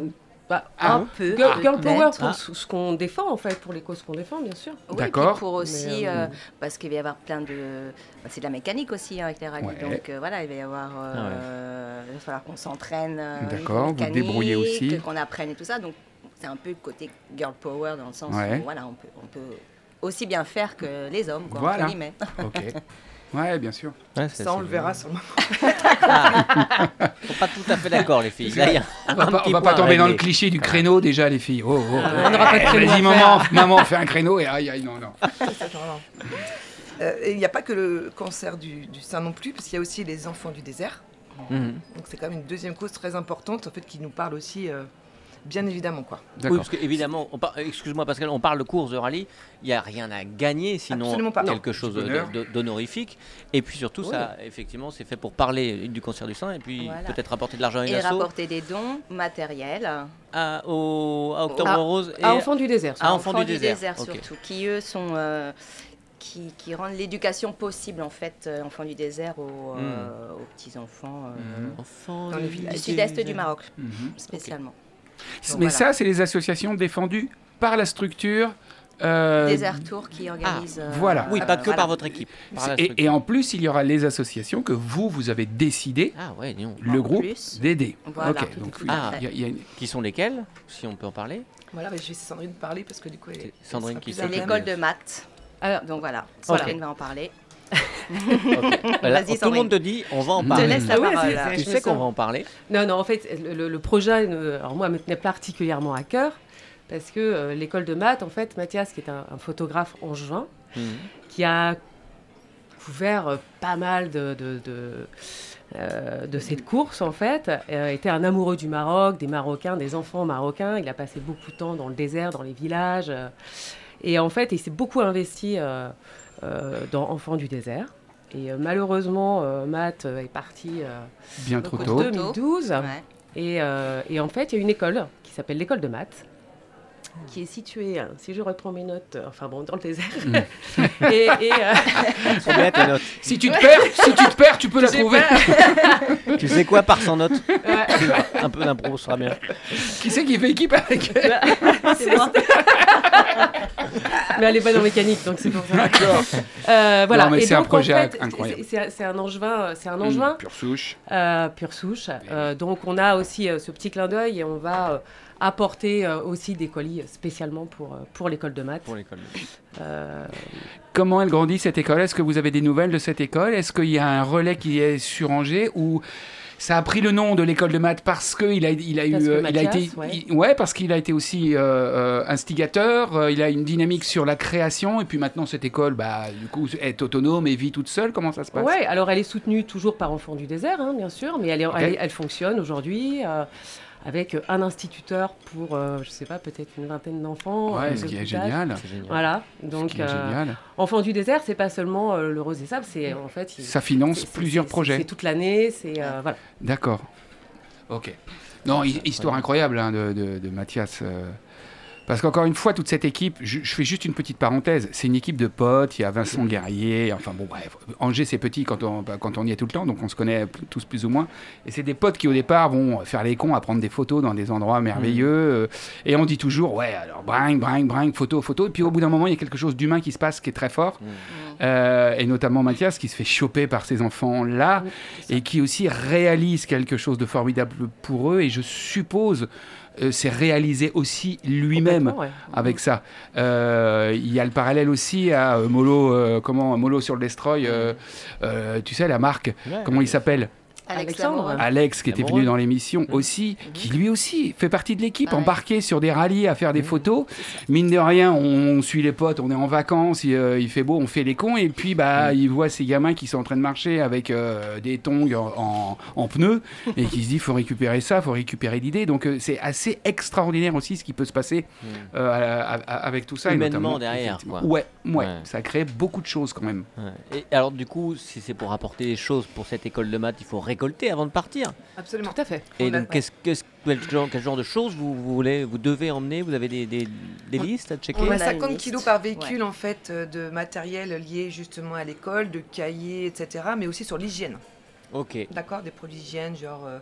Speaker 5: Bah,
Speaker 3: Ah,
Speaker 4: un peu.
Speaker 5: Girl, girl power
Speaker 4: peut-être.
Speaker 5: pour
Speaker 2: Ah.
Speaker 5: ce ce qu'on défend en fait, pour les causes qu'on défend bien sûr.
Speaker 4: Oui,
Speaker 3: D'accord.
Speaker 4: puis Pour aussi,
Speaker 5: Mais, euh,
Speaker 4: euh, parce qu'il va y avoir plein de. bah, c'est de la mécanique aussi hein, avec les rallyes.
Speaker 3: Ouais. Ah
Speaker 4: Donc euh, voilà, il va y avoir. euh, Il va falloir qu'on s'entraîne. euh, au niveau
Speaker 3: D'accord, vous
Speaker 4: mécanique,
Speaker 3: débrouillez aussi.
Speaker 4: Qu'on apprenne et tout ça. Donc c'est un peu le côté girl power dans le sens
Speaker 3: Ouais.
Speaker 4: où voilà, on peut, on peut aussi bien faire que les hommes, quoi,
Speaker 3: Voilà.
Speaker 4: entre guillemets.
Speaker 2: [LAUGHS]
Speaker 3: Ok. Ouais, bien sûr.
Speaker 2: Ouais, c'est-
Speaker 6: Mmh. Ça, on
Speaker 2: c'est
Speaker 6: le
Speaker 2: vrai.
Speaker 6: verra sur le moment.
Speaker 2: Ah. Ils sont pas tout à fait d'accord, les
Speaker 6: [LAUGHS]
Speaker 2: filles. Là, il y a
Speaker 3: On va
Speaker 2: un
Speaker 3: pas, on
Speaker 2: petit Ah.
Speaker 3: va pas
Speaker 2: point à
Speaker 3: tomber dans le
Speaker 2: régler.
Speaker 3: cliché du créneau déjà, les filles. Oh, oh,
Speaker 5: on n'aura pas de
Speaker 3: Eh,
Speaker 5: créneau
Speaker 3: Vas-y,
Speaker 5: à
Speaker 3: maman, maman, fais un créneau et aïe, aïe, non, non.
Speaker 6: Ça, c'est vraiment- Euh, et Il n'y a pas que le cancer du, du sein non plus, parce qu'il y a aussi les enfants du désert.
Speaker 2: Mhm.
Speaker 6: Donc c'est quand même une deuxième cause très importante, en fait, qui nous parle aussi, euh, bien évidemment, quoi.
Speaker 2: Oui,
Speaker 3: D'accord.
Speaker 2: parce qu'évidemment, excuse-moi Pascal, on parle de course de rallye, il n'y a rien à gagner sinon
Speaker 6: Absolument pas.
Speaker 2: quelque chose de-
Speaker 3: bonheur.
Speaker 2: de- d'honorifique. Et puis surtout, ça, effectivement, c'est fait pour parler du cancer du sein et puis
Speaker 4: Voilà.
Speaker 2: peut-être rapporter de l'argent à une
Speaker 4: Et
Speaker 2: asso,
Speaker 4: rapporter des dons matériels.
Speaker 2: à, au- à Octobre
Speaker 5: Ah,
Speaker 2: Rose et Ah,
Speaker 5: À Enfants du désert.
Speaker 2: à
Speaker 5: ça.
Speaker 2: Enfants du, désert. Ok.
Speaker 4: surtout, qui eux sont. euh, qui, qui rendent l'éducation possible, en fait, euh, enfants du désert
Speaker 2: Hmm.
Speaker 4: aux, euh, aux petits-enfants euh,
Speaker 3: Mhm.
Speaker 2: Enfants
Speaker 6: Dans le
Speaker 2: du
Speaker 6: village.
Speaker 4: du
Speaker 2: désert.
Speaker 4: sud-est du Maroc,
Speaker 3: Mhm.
Speaker 4: spécialement.
Speaker 3: Mais
Speaker 4: Donc, voilà.
Speaker 3: ça, c'est les associations défendues par la structure. euh,
Speaker 4: Des Désert Tour qui organise. euh,
Speaker 3: voilà.
Speaker 2: ah, Oui, pas que
Speaker 4: voilà.
Speaker 2: par votre équipe. par la
Speaker 3: et,
Speaker 2: structure.
Speaker 3: et en plus, il y aura les associations que vous, vous avez décidé,
Speaker 2: Ah ouais, dis donc.
Speaker 3: le
Speaker 4: En
Speaker 3: groupe
Speaker 4: plus.
Speaker 3: d'aider.
Speaker 4: Voilà,
Speaker 3: Ok,
Speaker 4: tout
Speaker 3: donc
Speaker 4: à
Speaker 3: il y a-
Speaker 2: fait.
Speaker 3: il y a- il y a une-
Speaker 2: Qui sont lesquels, si on peut
Speaker 4: [LAUGHS]
Speaker 2: en parler
Speaker 6: Voilà, bah, je vais laisser Sandrine parler, parce que du coup, elle-
Speaker 2: C'est
Speaker 6: elle
Speaker 2: Sandrine
Speaker 6: sera
Speaker 2: qui
Speaker 6: plus
Speaker 4: C'est
Speaker 6: à même.
Speaker 4: l'école de maths.
Speaker 5: Alors,
Speaker 4: Donc voilà,
Speaker 5: Ok.
Speaker 4: Sandrine va en parler.
Speaker 2: Ok. Voilà,
Speaker 4: Vas-y,
Speaker 2: Tout le
Speaker 4: Sandrine.
Speaker 2: monde te dit, on va en
Speaker 4: Je te
Speaker 2: parler.
Speaker 4: laisse la
Speaker 5: Ah Oui,
Speaker 4: parole.
Speaker 5: c'est-
Speaker 2: Tu
Speaker 5: Je me
Speaker 2: sais qu'on
Speaker 5: sens-
Speaker 2: va en parler.
Speaker 5: Non, non, en fait, le, le projet, euh, alors moi, me tenait particulièrement à cœur parce que euh, l'école de maths, en fait, Mathias, qui est un, un photographe en juin,
Speaker 4: Mmh.
Speaker 2: Mhm.
Speaker 5: qui a couvert euh, pas mal de, de, de, euh, de cette course, en fait, euh, était un amoureux du Maroc, des Marocains, des enfants marocains. Il a passé beaucoup de temps dans le désert, dans les villages. euh, et en fait, il s'est beaucoup investi euh, euh, dans Enfants du désert. Et euh, malheureusement, euh, Matt euh, est parti euh,
Speaker 3: bien
Speaker 5: donc
Speaker 3: trop
Speaker 5: en
Speaker 3: tôt.
Speaker 4: deux.
Speaker 5: 2012.
Speaker 4: Ouais.
Speaker 5: Et, euh, et en fait, il y a une école qui s'appelle l'école de maths, qui est située, hein, si je reprends mes notes, euh, enfin bon, dans le désert. [LAUGHS] et, et, euh,
Speaker 2: Combien tes notes
Speaker 3: Si tu te perds, si tu te perds, tu peux la
Speaker 5: j'ai
Speaker 3: trouver.
Speaker 5: pas-
Speaker 2: Tu sais quoi, par sans notes
Speaker 5: Ouais.
Speaker 2: Un peu d'impro sera bien.
Speaker 3: Qui c'est qui fait équipe avec elle
Speaker 4: C'est moi.
Speaker 5: Mais elle est bonne en mécanique, donc c'est pour ça. Euh, voilà.
Speaker 3: Non, mais
Speaker 5: Et
Speaker 3: c'est un
Speaker 5: donc, en
Speaker 3: projet
Speaker 5: fait,
Speaker 3: incroyable.
Speaker 5: c'est- C'est c'est un angevin, euh, c'est un angevin
Speaker 3: Mmh, Pure souche.
Speaker 5: euh, pure souche. Euh, donc on a aussi euh, ce petit clin d'œil et on va euh, apporter euh, aussi des colis spécialement pour, euh, pour l'école de maths.
Speaker 2: Pour l'école.
Speaker 5: Euh,
Speaker 3: Comment elle grandit cette école Est-ce que vous avez des nouvelles de cette école Est-ce qu'il y a un relais qui est sur Angers ou ça a pris le nom de l'école de maths parce qu'il a, il a eu,
Speaker 5: Parce que
Speaker 3: euh, il a
Speaker 5: Mathias,
Speaker 3: été,
Speaker 5: ouais.
Speaker 3: il- ouais, parce qu'il a été aussi euh, euh, instigateur. euh, il a une dynamique sur la création et puis maintenant cette école, bah, du coup, est autonome et vit toute seule. Comment ça se passe
Speaker 5: Ouais, alors elle est soutenue toujours par Enfants du désert, hein, bien sûr, mais elle, est-
Speaker 3: Ok.
Speaker 5: elle, est- elle fonctionne aujourd'hui. euh, avec euh, un instituteur pour, euh, je sais pas, peut-être une vingtaine d'enfants. euh,
Speaker 3: Ouais, ce
Speaker 5: de
Speaker 3: qui est
Speaker 5: tout âge.
Speaker 3: génial.
Speaker 2: C'est génial.
Speaker 5: Voilà,
Speaker 3: Ce
Speaker 5: donc
Speaker 3: qui est
Speaker 5: euh,
Speaker 3: génial.
Speaker 5: Enfants du désert, c'est pas seulement euh, le rose des sables, c'est en fait. il-
Speaker 3: Ça finance
Speaker 5: c'est- c'est-
Speaker 3: plusieurs
Speaker 5: c'est- C'est
Speaker 3: projets.
Speaker 5: toute l'année, c'est euh, voilà.
Speaker 3: D'accord. Ok. Non, hi- histoire incroyable hein, de, de- de Mathias. euh, Parce qu'encore une fois, toute cette équipe, je, je fais juste une petite parenthèse, c'est une équipe de potes, il y a Vincent Guerrier, enfin bon bref, Angers c'est petit quand on, bah, quand on y est tout le temps, donc on se connaît p- tous plus ou moins, et c'est des potes qui au départ vont faire les cons à prendre des photos dans des endroits merveilleux, euh, et on dit toujours, ouais alors bring, bring, bring, photo, photo, et puis au bout d'un moment il y a quelque chose d'humain qui se passe qui est très fort, euh, et notamment Mathias qui se fait choper par ces enfants-là et qui aussi réalise quelque chose de formidable pour eux. Et je suppose, euh, c'est réalisé aussi lui-même
Speaker 5: Complètement, ouais.
Speaker 3: avec ça. Euh, Il y a le parallèle aussi à euh, Molo, euh, comment Molo sur le Destroy, euh, euh, tu sais la marque,
Speaker 2: Ouais.
Speaker 3: comment il s'appelle
Speaker 5: Alexandre.
Speaker 4: Lamoureux.
Speaker 3: Alex qui était
Speaker 2: Lamoureux.
Speaker 3: venu dans l'émission
Speaker 2: Mm.
Speaker 3: aussi, qui lui aussi fait partie de l'équipe,
Speaker 4: Ouais.
Speaker 3: embarqué sur des rallyes à
Speaker 2: Mm.
Speaker 3: faire des photos. Mine de rien, on, on suit les potes, on est en vacances, il, euh, il fait beau, on fait les cons, et puis bah
Speaker 2: Mm.
Speaker 3: il voit ces gamins qui sont en train de marcher avec euh, des tongs en, en- en pneus
Speaker 2: [LAUGHS]
Speaker 3: et qui se dit faut récupérer ça, faut récupérer l'idée. Donc euh, c'est assez extraordinaire aussi ce qui peut se passer euh, à- à- à- avec tout ça. et
Speaker 2: Mm. Humainement
Speaker 3: notamment-
Speaker 2: derrière,
Speaker 3: effectivement.
Speaker 2: quoi.
Speaker 3: Ouais, ouais,
Speaker 2: Ouais.
Speaker 3: ça crée beaucoup de choses quand même.
Speaker 2: Ouais. Et alors du coup, si c'est pour apporter des choses pour cette école de maths, il faut récolter avant de partir.
Speaker 6: Absolument.
Speaker 5: Tout à fait.
Speaker 2: Et
Speaker 6: On a-
Speaker 2: donc, qu'est-ce, qu'est-ce- quel, genre, quel genre de choses vous, vous voulez, vous devez emmener Vous avez des, des, des listes à checker
Speaker 6: On a
Speaker 4: On a une
Speaker 6: 50
Speaker 4: liste.
Speaker 6: kilos par véhicule en fait euh, de matériel lié justement à l'école, de cahiers, etc. Mais aussi sur l'hygiène,
Speaker 2: Ok,
Speaker 6: d'accord, des produits d'hygiène genre euh,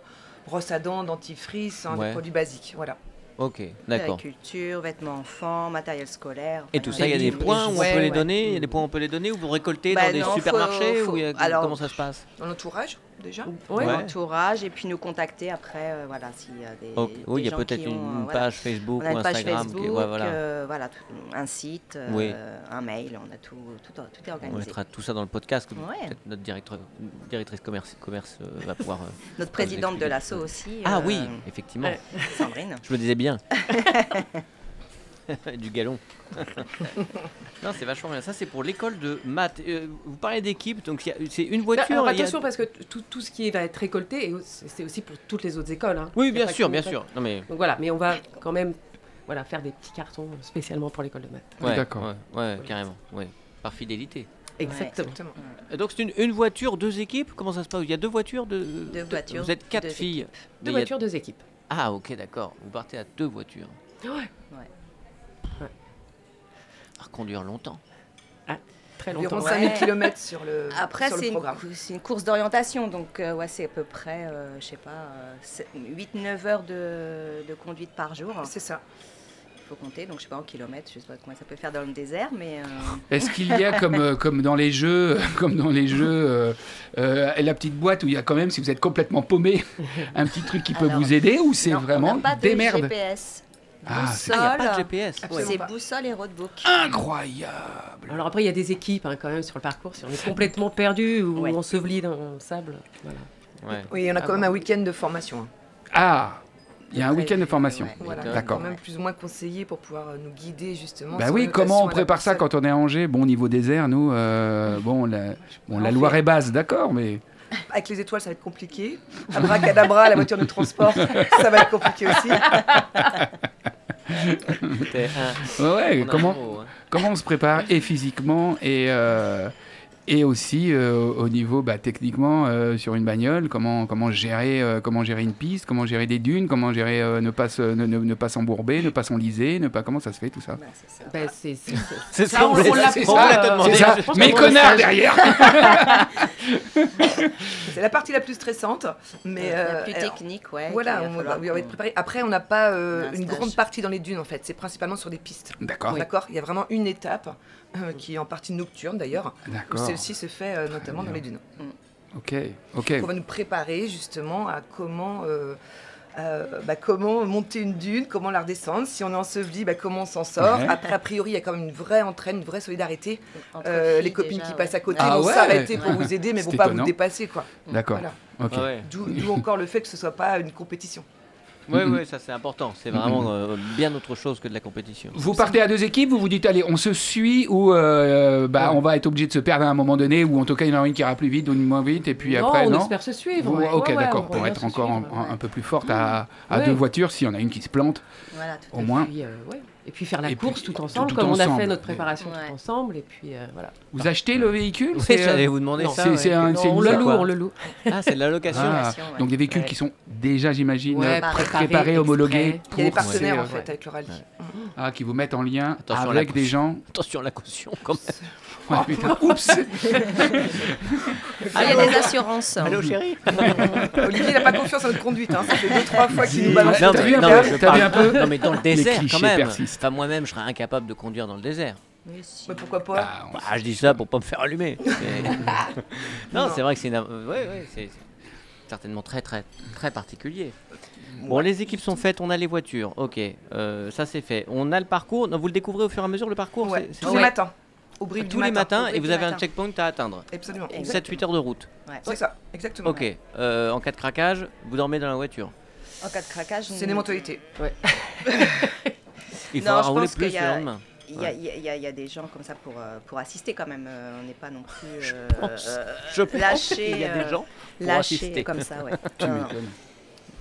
Speaker 6: brosse à dents, dentifrice, hein,
Speaker 2: Ouais.
Speaker 6: des produits basiques, voilà.
Speaker 2: ok, d'accord.
Speaker 4: Agriculture, euh, vêtements enfants, matériel scolaire.
Speaker 2: Et tout ça, il y a des
Speaker 6: livres,
Speaker 2: points où on
Speaker 6: ouais,
Speaker 2: peut les
Speaker 6: ouais.
Speaker 2: donner. Il y a des points où on peut les donner ou vous récoltez
Speaker 4: Mmh. Bah
Speaker 2: dans des
Speaker 4: non, faut-
Speaker 2: supermarchés
Speaker 4: faut-
Speaker 2: ou il y a-
Speaker 4: alors-
Speaker 2: comment ça se passe
Speaker 6: Dans l'entourage déjà.
Speaker 2: Ouais.
Speaker 5: Ouais.
Speaker 4: L'entourage et puis nous contacter après, euh, voilà, s'il y a des.
Speaker 2: Ok. Oui,
Speaker 4: des
Speaker 2: il y a
Speaker 4: gens
Speaker 2: peut-être
Speaker 4: qui
Speaker 2: une,
Speaker 4: ont, euh, voilà.
Speaker 2: page Facebook
Speaker 4: On a
Speaker 2: ou
Speaker 4: une page
Speaker 2: Instagram. qui-
Speaker 4: Facebook,
Speaker 2: ouais, voilà.
Speaker 4: euh, voilà, tout- un site, euh,
Speaker 2: Oui.
Speaker 4: un mail, on a tout, tout, tout est
Speaker 2: on
Speaker 4: organisé.
Speaker 2: mettra tout ça dans le podcast. que
Speaker 4: Ouais.
Speaker 2: Peut-être notre directeur- directrice commerce, commerce euh, va pouvoir.
Speaker 5: [LAUGHS]
Speaker 2: euh,
Speaker 4: Notre
Speaker 2: vous
Speaker 4: présidente de
Speaker 2: expliquer.
Speaker 4: l'asso aussi.
Speaker 2: Ah
Speaker 4: euh,
Speaker 2: oui, effectivement.
Speaker 5: ouais.
Speaker 4: Sandrine.
Speaker 2: Je me disais
Speaker 5: [LAUGHS]
Speaker 2: bien. [LAUGHS] du galon. non, c'est vachement bien. Ça, c'est pour l'école de maths. Euh, vous parlez d'équipe, donc il y a- c'est une
Speaker 5: Là,
Speaker 2: voiture. il
Speaker 5: alors,
Speaker 2: y a-
Speaker 5: Bah, attention parce que t- tout, tout ce qui va être récolté, et au- c'est aussi pour toutes les autres écoles. hein. Il y
Speaker 2: Oui,
Speaker 5: a
Speaker 2: bien
Speaker 5: pas que
Speaker 2: sûr,
Speaker 5: nous,
Speaker 2: bien
Speaker 5: en fait.
Speaker 2: sûr. Non mais.
Speaker 5: Donc voilà, mais on va quand même voilà, faire des petits cartons spécialement pour l'école de maths.
Speaker 3: Oui,
Speaker 2: ouais,
Speaker 3: d'accord.
Speaker 2: Ouais, ouais, carrément. Ouais. Par fidélité.
Speaker 5: Exactement.
Speaker 6: Exactement.
Speaker 2: Et Donc c'est une, une voiture, deux équipes. Comment ça se passe Il y a deux voitures, deux. deux-
Speaker 4: voitures,
Speaker 2: Vous êtes quatre
Speaker 4: deux
Speaker 2: filles. Mais il
Speaker 5: Deux
Speaker 2: y a-
Speaker 5: voitures, deux équipes.
Speaker 2: Ah ok, d'accord. Vous partez à deux voitures.
Speaker 5: Ouais.
Speaker 2: À conduire longtemps.
Speaker 5: Très longtemps.
Speaker 6: Environ
Speaker 4: Ouais.
Speaker 6: 5000 km sur le,
Speaker 4: [LAUGHS] Après,
Speaker 6: sur
Speaker 4: c'est
Speaker 6: le
Speaker 4: une,
Speaker 6: programme.
Speaker 4: cou- c'est une course d'orientation, donc euh, ouais, c'est à peu près, euh, je sais pas, 8-9 heures de, de conduite par jour.
Speaker 6: C'est ça.
Speaker 4: Il faut compter, donc je sais pas en kilomètres, je sais pas comment ça peut faire dans le désert, mais euh,
Speaker 3: Est-ce qu'il y a
Speaker 4: [LAUGHS]
Speaker 3: comme, euh, comme dans les jeux, comme dans les jeux, euh, euh, la petite boîte où il y a quand même, si vous êtes complètement paumé, [LAUGHS] un petit truc qui peut
Speaker 4: Alors,
Speaker 3: vous aider ou c'est
Speaker 4: non, on
Speaker 3: vraiment
Speaker 4: n'a pas de
Speaker 3: des merdes
Speaker 4: GPS.
Speaker 3: Ah, c'est
Speaker 2: Ah, il n'y a pas de
Speaker 4: Sol.
Speaker 2: GPS.
Speaker 6: Absolument
Speaker 4: c'est
Speaker 6: pas.
Speaker 4: boussole et roadbook.
Speaker 2: Ah,
Speaker 3: incroyable.
Speaker 5: Alors après, il y a des équipes hein, quand même sur le parcours. Si on est complètement perdu ou
Speaker 4: Ouais.
Speaker 5: enseveli dans le sable, voilà.
Speaker 2: Ouais.
Speaker 6: Oui, on a
Speaker 5: Ah
Speaker 6: quand même
Speaker 5: bon.
Speaker 6: un week-end de formation. hein.
Speaker 3: Ah, il y a un week-end de formation.
Speaker 4: Ouais.
Speaker 6: Voilà.
Speaker 3: D'accord.
Speaker 6: Quand même plus ou moins conseillé pour pouvoir euh, nous guider justement.
Speaker 3: Bah
Speaker 6: sur
Speaker 3: oui,
Speaker 6: la
Speaker 3: comment
Speaker 6: notation
Speaker 3: on
Speaker 6: à la
Speaker 3: prépare ça
Speaker 6: boussole.
Speaker 3: quand on est à Angers Bon, niveau désert, nous, euh, bon, la, bon, la Loire est basse, d'accord, mais
Speaker 6: Avec les étoiles, ça va être compliqué. Abracadabra, la voiture
Speaker 3: [LAUGHS]
Speaker 6: de transport, ça va être compliqué aussi.
Speaker 2: C'était
Speaker 3: [LAUGHS]
Speaker 2: un-
Speaker 3: ouais, ouais,
Speaker 2: euh, on a un
Speaker 3: comment,
Speaker 2: mot, hein.
Speaker 3: comment on se prépare et physiquement et, euh, et aussi euh, au niveau bah, techniquement euh, sur une bagnole, comment, comment, gérer, euh, comment gérer une piste, comment gérer des dunes, comment gérer euh, ne pas se- ne, ne- ne pas s'embourber, ne pas s'enliser, ne pas comment ça se fait tout ça.
Speaker 4: Bah, c'est ça.
Speaker 5: Ben, c'est- c'est- c'est-
Speaker 2: C'est
Speaker 5: Ça,
Speaker 2: ça,
Speaker 5: on-
Speaker 2: on,
Speaker 5: on
Speaker 2: l'a-
Speaker 5: l'apprend,
Speaker 2: on l'a
Speaker 5: euh,
Speaker 2: demandé.
Speaker 3: C'est ça,
Speaker 5: je pense
Speaker 3: mes
Speaker 5: qu'on va au
Speaker 3: connards
Speaker 5: stage.
Speaker 3: derrière
Speaker 6: C'est la partie la plus stressante, mais
Speaker 4: La
Speaker 6: euh,
Speaker 4: plus
Speaker 6: alors,
Speaker 4: technique, ouais.
Speaker 6: Voilà,
Speaker 4: qu'il va
Speaker 6: on va,
Speaker 4: falloir
Speaker 6: oui, on va être
Speaker 4: qu'on-
Speaker 6: préparé. Après, on n'a pas
Speaker 4: On
Speaker 6: euh,
Speaker 4: a un
Speaker 6: une
Speaker 4: stage.
Speaker 6: grande partie dans les dunes en fait. C'est principalement sur des pistes.
Speaker 3: D'accord,
Speaker 6: D'accord. Il y a vraiment une étape euh, qui est en partie nocturne d'ailleurs, où
Speaker 3: d'accord.
Speaker 6: celle-ci se fait euh, notamment dans les dunes.
Speaker 3: Ok, ok.
Speaker 6: On va nous préparer justement à comment, euh, euh, bah, comment monter une dune, comment la redescendre. Si on est enseveli, bah, comment on s'en sort.
Speaker 3: Ouais.
Speaker 6: Après, a priori, il y a quand même une vraie entraîne, une vraie solidarité.
Speaker 4: entre
Speaker 6: Euh,
Speaker 4: filles,
Speaker 6: les copines
Speaker 4: déjà,
Speaker 6: qui
Speaker 4: ouais.
Speaker 6: passent à côté
Speaker 3: Ah
Speaker 6: vont
Speaker 3: ouais.
Speaker 6: s'arrêter pour
Speaker 4: Ouais.
Speaker 6: vous aider, mais
Speaker 3: C'est
Speaker 6: vont pas vous
Speaker 3: étonnant.
Speaker 6: dépasser quoi.
Speaker 3: D'accord.
Speaker 6: Voilà.
Speaker 3: Ok. [LAUGHS]
Speaker 2: Ah ouais.
Speaker 6: D'où d'où encore le fait que ce soit pas une compétition.
Speaker 2: Oui,
Speaker 3: Mhm.
Speaker 2: oui, ça c'est important. C'est vraiment euh, bien autre chose que de la compétition.
Speaker 3: Mm. Vous partez à deux équipes, vous vous dites allez, on se suit ou euh, bah, on va être obligé de se perdre à un moment donné ou en tout cas il y en a une qui ira plus vite ou une moins vite et puis
Speaker 5: non,
Speaker 3: après
Speaker 5: on
Speaker 3: non.
Speaker 5: espère se suivre.
Speaker 3: Vous-
Speaker 5: ouais,
Speaker 3: ok,
Speaker 5: ouais, ouais, on
Speaker 3: d'accord, pour
Speaker 5: revient
Speaker 3: être
Speaker 5: se
Speaker 3: encore en-
Speaker 5: suivre,
Speaker 3: en-
Speaker 5: ouais. Mmh.
Speaker 3: un peu plus forte à, à
Speaker 5: Ouais.
Speaker 3: deux voitures, s'il y en a une qui se plante,
Speaker 4: Voilà, tout.
Speaker 3: au moins.
Speaker 5: Et puis, euh, ouais. Et puis faire la
Speaker 3: Et puis,
Speaker 5: course tout ensemble,
Speaker 3: tout
Speaker 5: comme on a
Speaker 3: ensemble.
Speaker 5: fait notre préparation
Speaker 4: Ouais.
Speaker 5: tout ensemble. Et puis euh, voilà.
Speaker 3: Vous achetez le véhicule
Speaker 2: Oui,
Speaker 3: c'est, euh,
Speaker 2: j'allais vous demander
Speaker 5: non,
Speaker 2: ça.
Speaker 3: c'est-
Speaker 2: ouais.
Speaker 3: c'est un-
Speaker 5: Non,
Speaker 3: c'est une
Speaker 5: on le
Speaker 3: loue,
Speaker 5: loue,
Speaker 3: quoi.
Speaker 5: on le loue.
Speaker 2: Ah, c'est de la location.
Speaker 3: Ah,
Speaker 4: Location, ouais.
Speaker 3: donc des véhicules
Speaker 5: Ouais.
Speaker 3: qui sont déjà, j'imagine,
Speaker 5: Ouais,
Speaker 3: pré-
Speaker 5: préparés,
Speaker 3: préparés, homologués.
Speaker 5: exprès.
Speaker 6: Il y a des
Speaker 3: pour-
Speaker 6: partenaires en
Speaker 3: c'est, euh,
Speaker 6: fait avec le rallye.
Speaker 3: Ah, qui vous mettent en lien
Speaker 2: Attention à la
Speaker 3: avec des
Speaker 2: couche.
Speaker 3: gens.
Speaker 2: Attention à la caution quand même.
Speaker 5: Oh,
Speaker 3: Ouais, putain,
Speaker 5: [LAUGHS]
Speaker 3: Oups
Speaker 4: Ah, il y a des assurances. [LAUGHS]
Speaker 2: Allô chérie
Speaker 6: Olivier, il n'a pas confiance en notre conduite. Hein. Ça fait deux, trois
Speaker 3: [LAUGHS]
Speaker 6: fois qu'il nous balance.
Speaker 2: Non,
Speaker 3: T'as
Speaker 2: mais-
Speaker 3: vu un
Speaker 2: non,
Speaker 3: peu
Speaker 2: mais je
Speaker 3: T'as vu un
Speaker 2: parle-
Speaker 3: peu
Speaker 2: Non mais dans le
Speaker 3: Les
Speaker 2: désert quand
Speaker 3: clichés
Speaker 2: même.
Speaker 3: persistent.
Speaker 2: Enfin moi-même je serais incapable de conduire dans le désert.
Speaker 4: Mais si.
Speaker 6: Mais pourquoi pas
Speaker 3: Ah, on-
Speaker 2: Bah, je dis ça pour pas me faire allumer. Mais- [LAUGHS] non, c'est vrai que c'est une- euh, ouais, ouais, c'est c'est certainement très très très particulier. Bon, les équipes sont faites, on a les voitures, ok, euh, ça c'est fait. On a le parcours, non, vous le découvrez au fur et à mesure le parcours
Speaker 6: Ouais,
Speaker 2: c'est- c'est-
Speaker 6: Tous les
Speaker 2: Ouais.
Speaker 6: matins. Au brief
Speaker 2: Tous
Speaker 6: du
Speaker 2: les
Speaker 6: matin.
Speaker 2: matins,
Speaker 4: au
Speaker 2: et
Speaker 4: brief
Speaker 2: vous
Speaker 4: du
Speaker 2: avez un
Speaker 4: matin.
Speaker 2: checkpoint à atteindre.
Speaker 6: Absolument.
Speaker 4: Exact.
Speaker 2: 7-8 heures de route.
Speaker 4: Ouais.
Speaker 6: C'est ça, exactement.
Speaker 2: Ok, euh, en cas de craquage, vous dormez dans la voiture.
Speaker 4: En cas de craquage,
Speaker 6: C'est des
Speaker 4: nous-
Speaker 6: mentalités.
Speaker 4: Non,
Speaker 2: Il faudra
Speaker 4: je
Speaker 2: rouler
Speaker 4: pense qu'il
Speaker 2: plus
Speaker 4: y
Speaker 2: le
Speaker 4: a- euh,
Speaker 2: lendemain.
Speaker 4: Il y, a, il y a- il y a- il y a des gens comme ça pour, euh, pour assister quand même. euh, on n'est pas non plus euh,
Speaker 2: pense-
Speaker 4: euh,
Speaker 2: Je pense
Speaker 4: lâcher,
Speaker 2: qu'il y a des
Speaker 4: euh,
Speaker 2: gens. pour
Speaker 4: lâchés
Speaker 2: assister.
Speaker 4: comme ça. Ouais.
Speaker 3: tu
Speaker 4: Non, non.
Speaker 3: m'étonnes.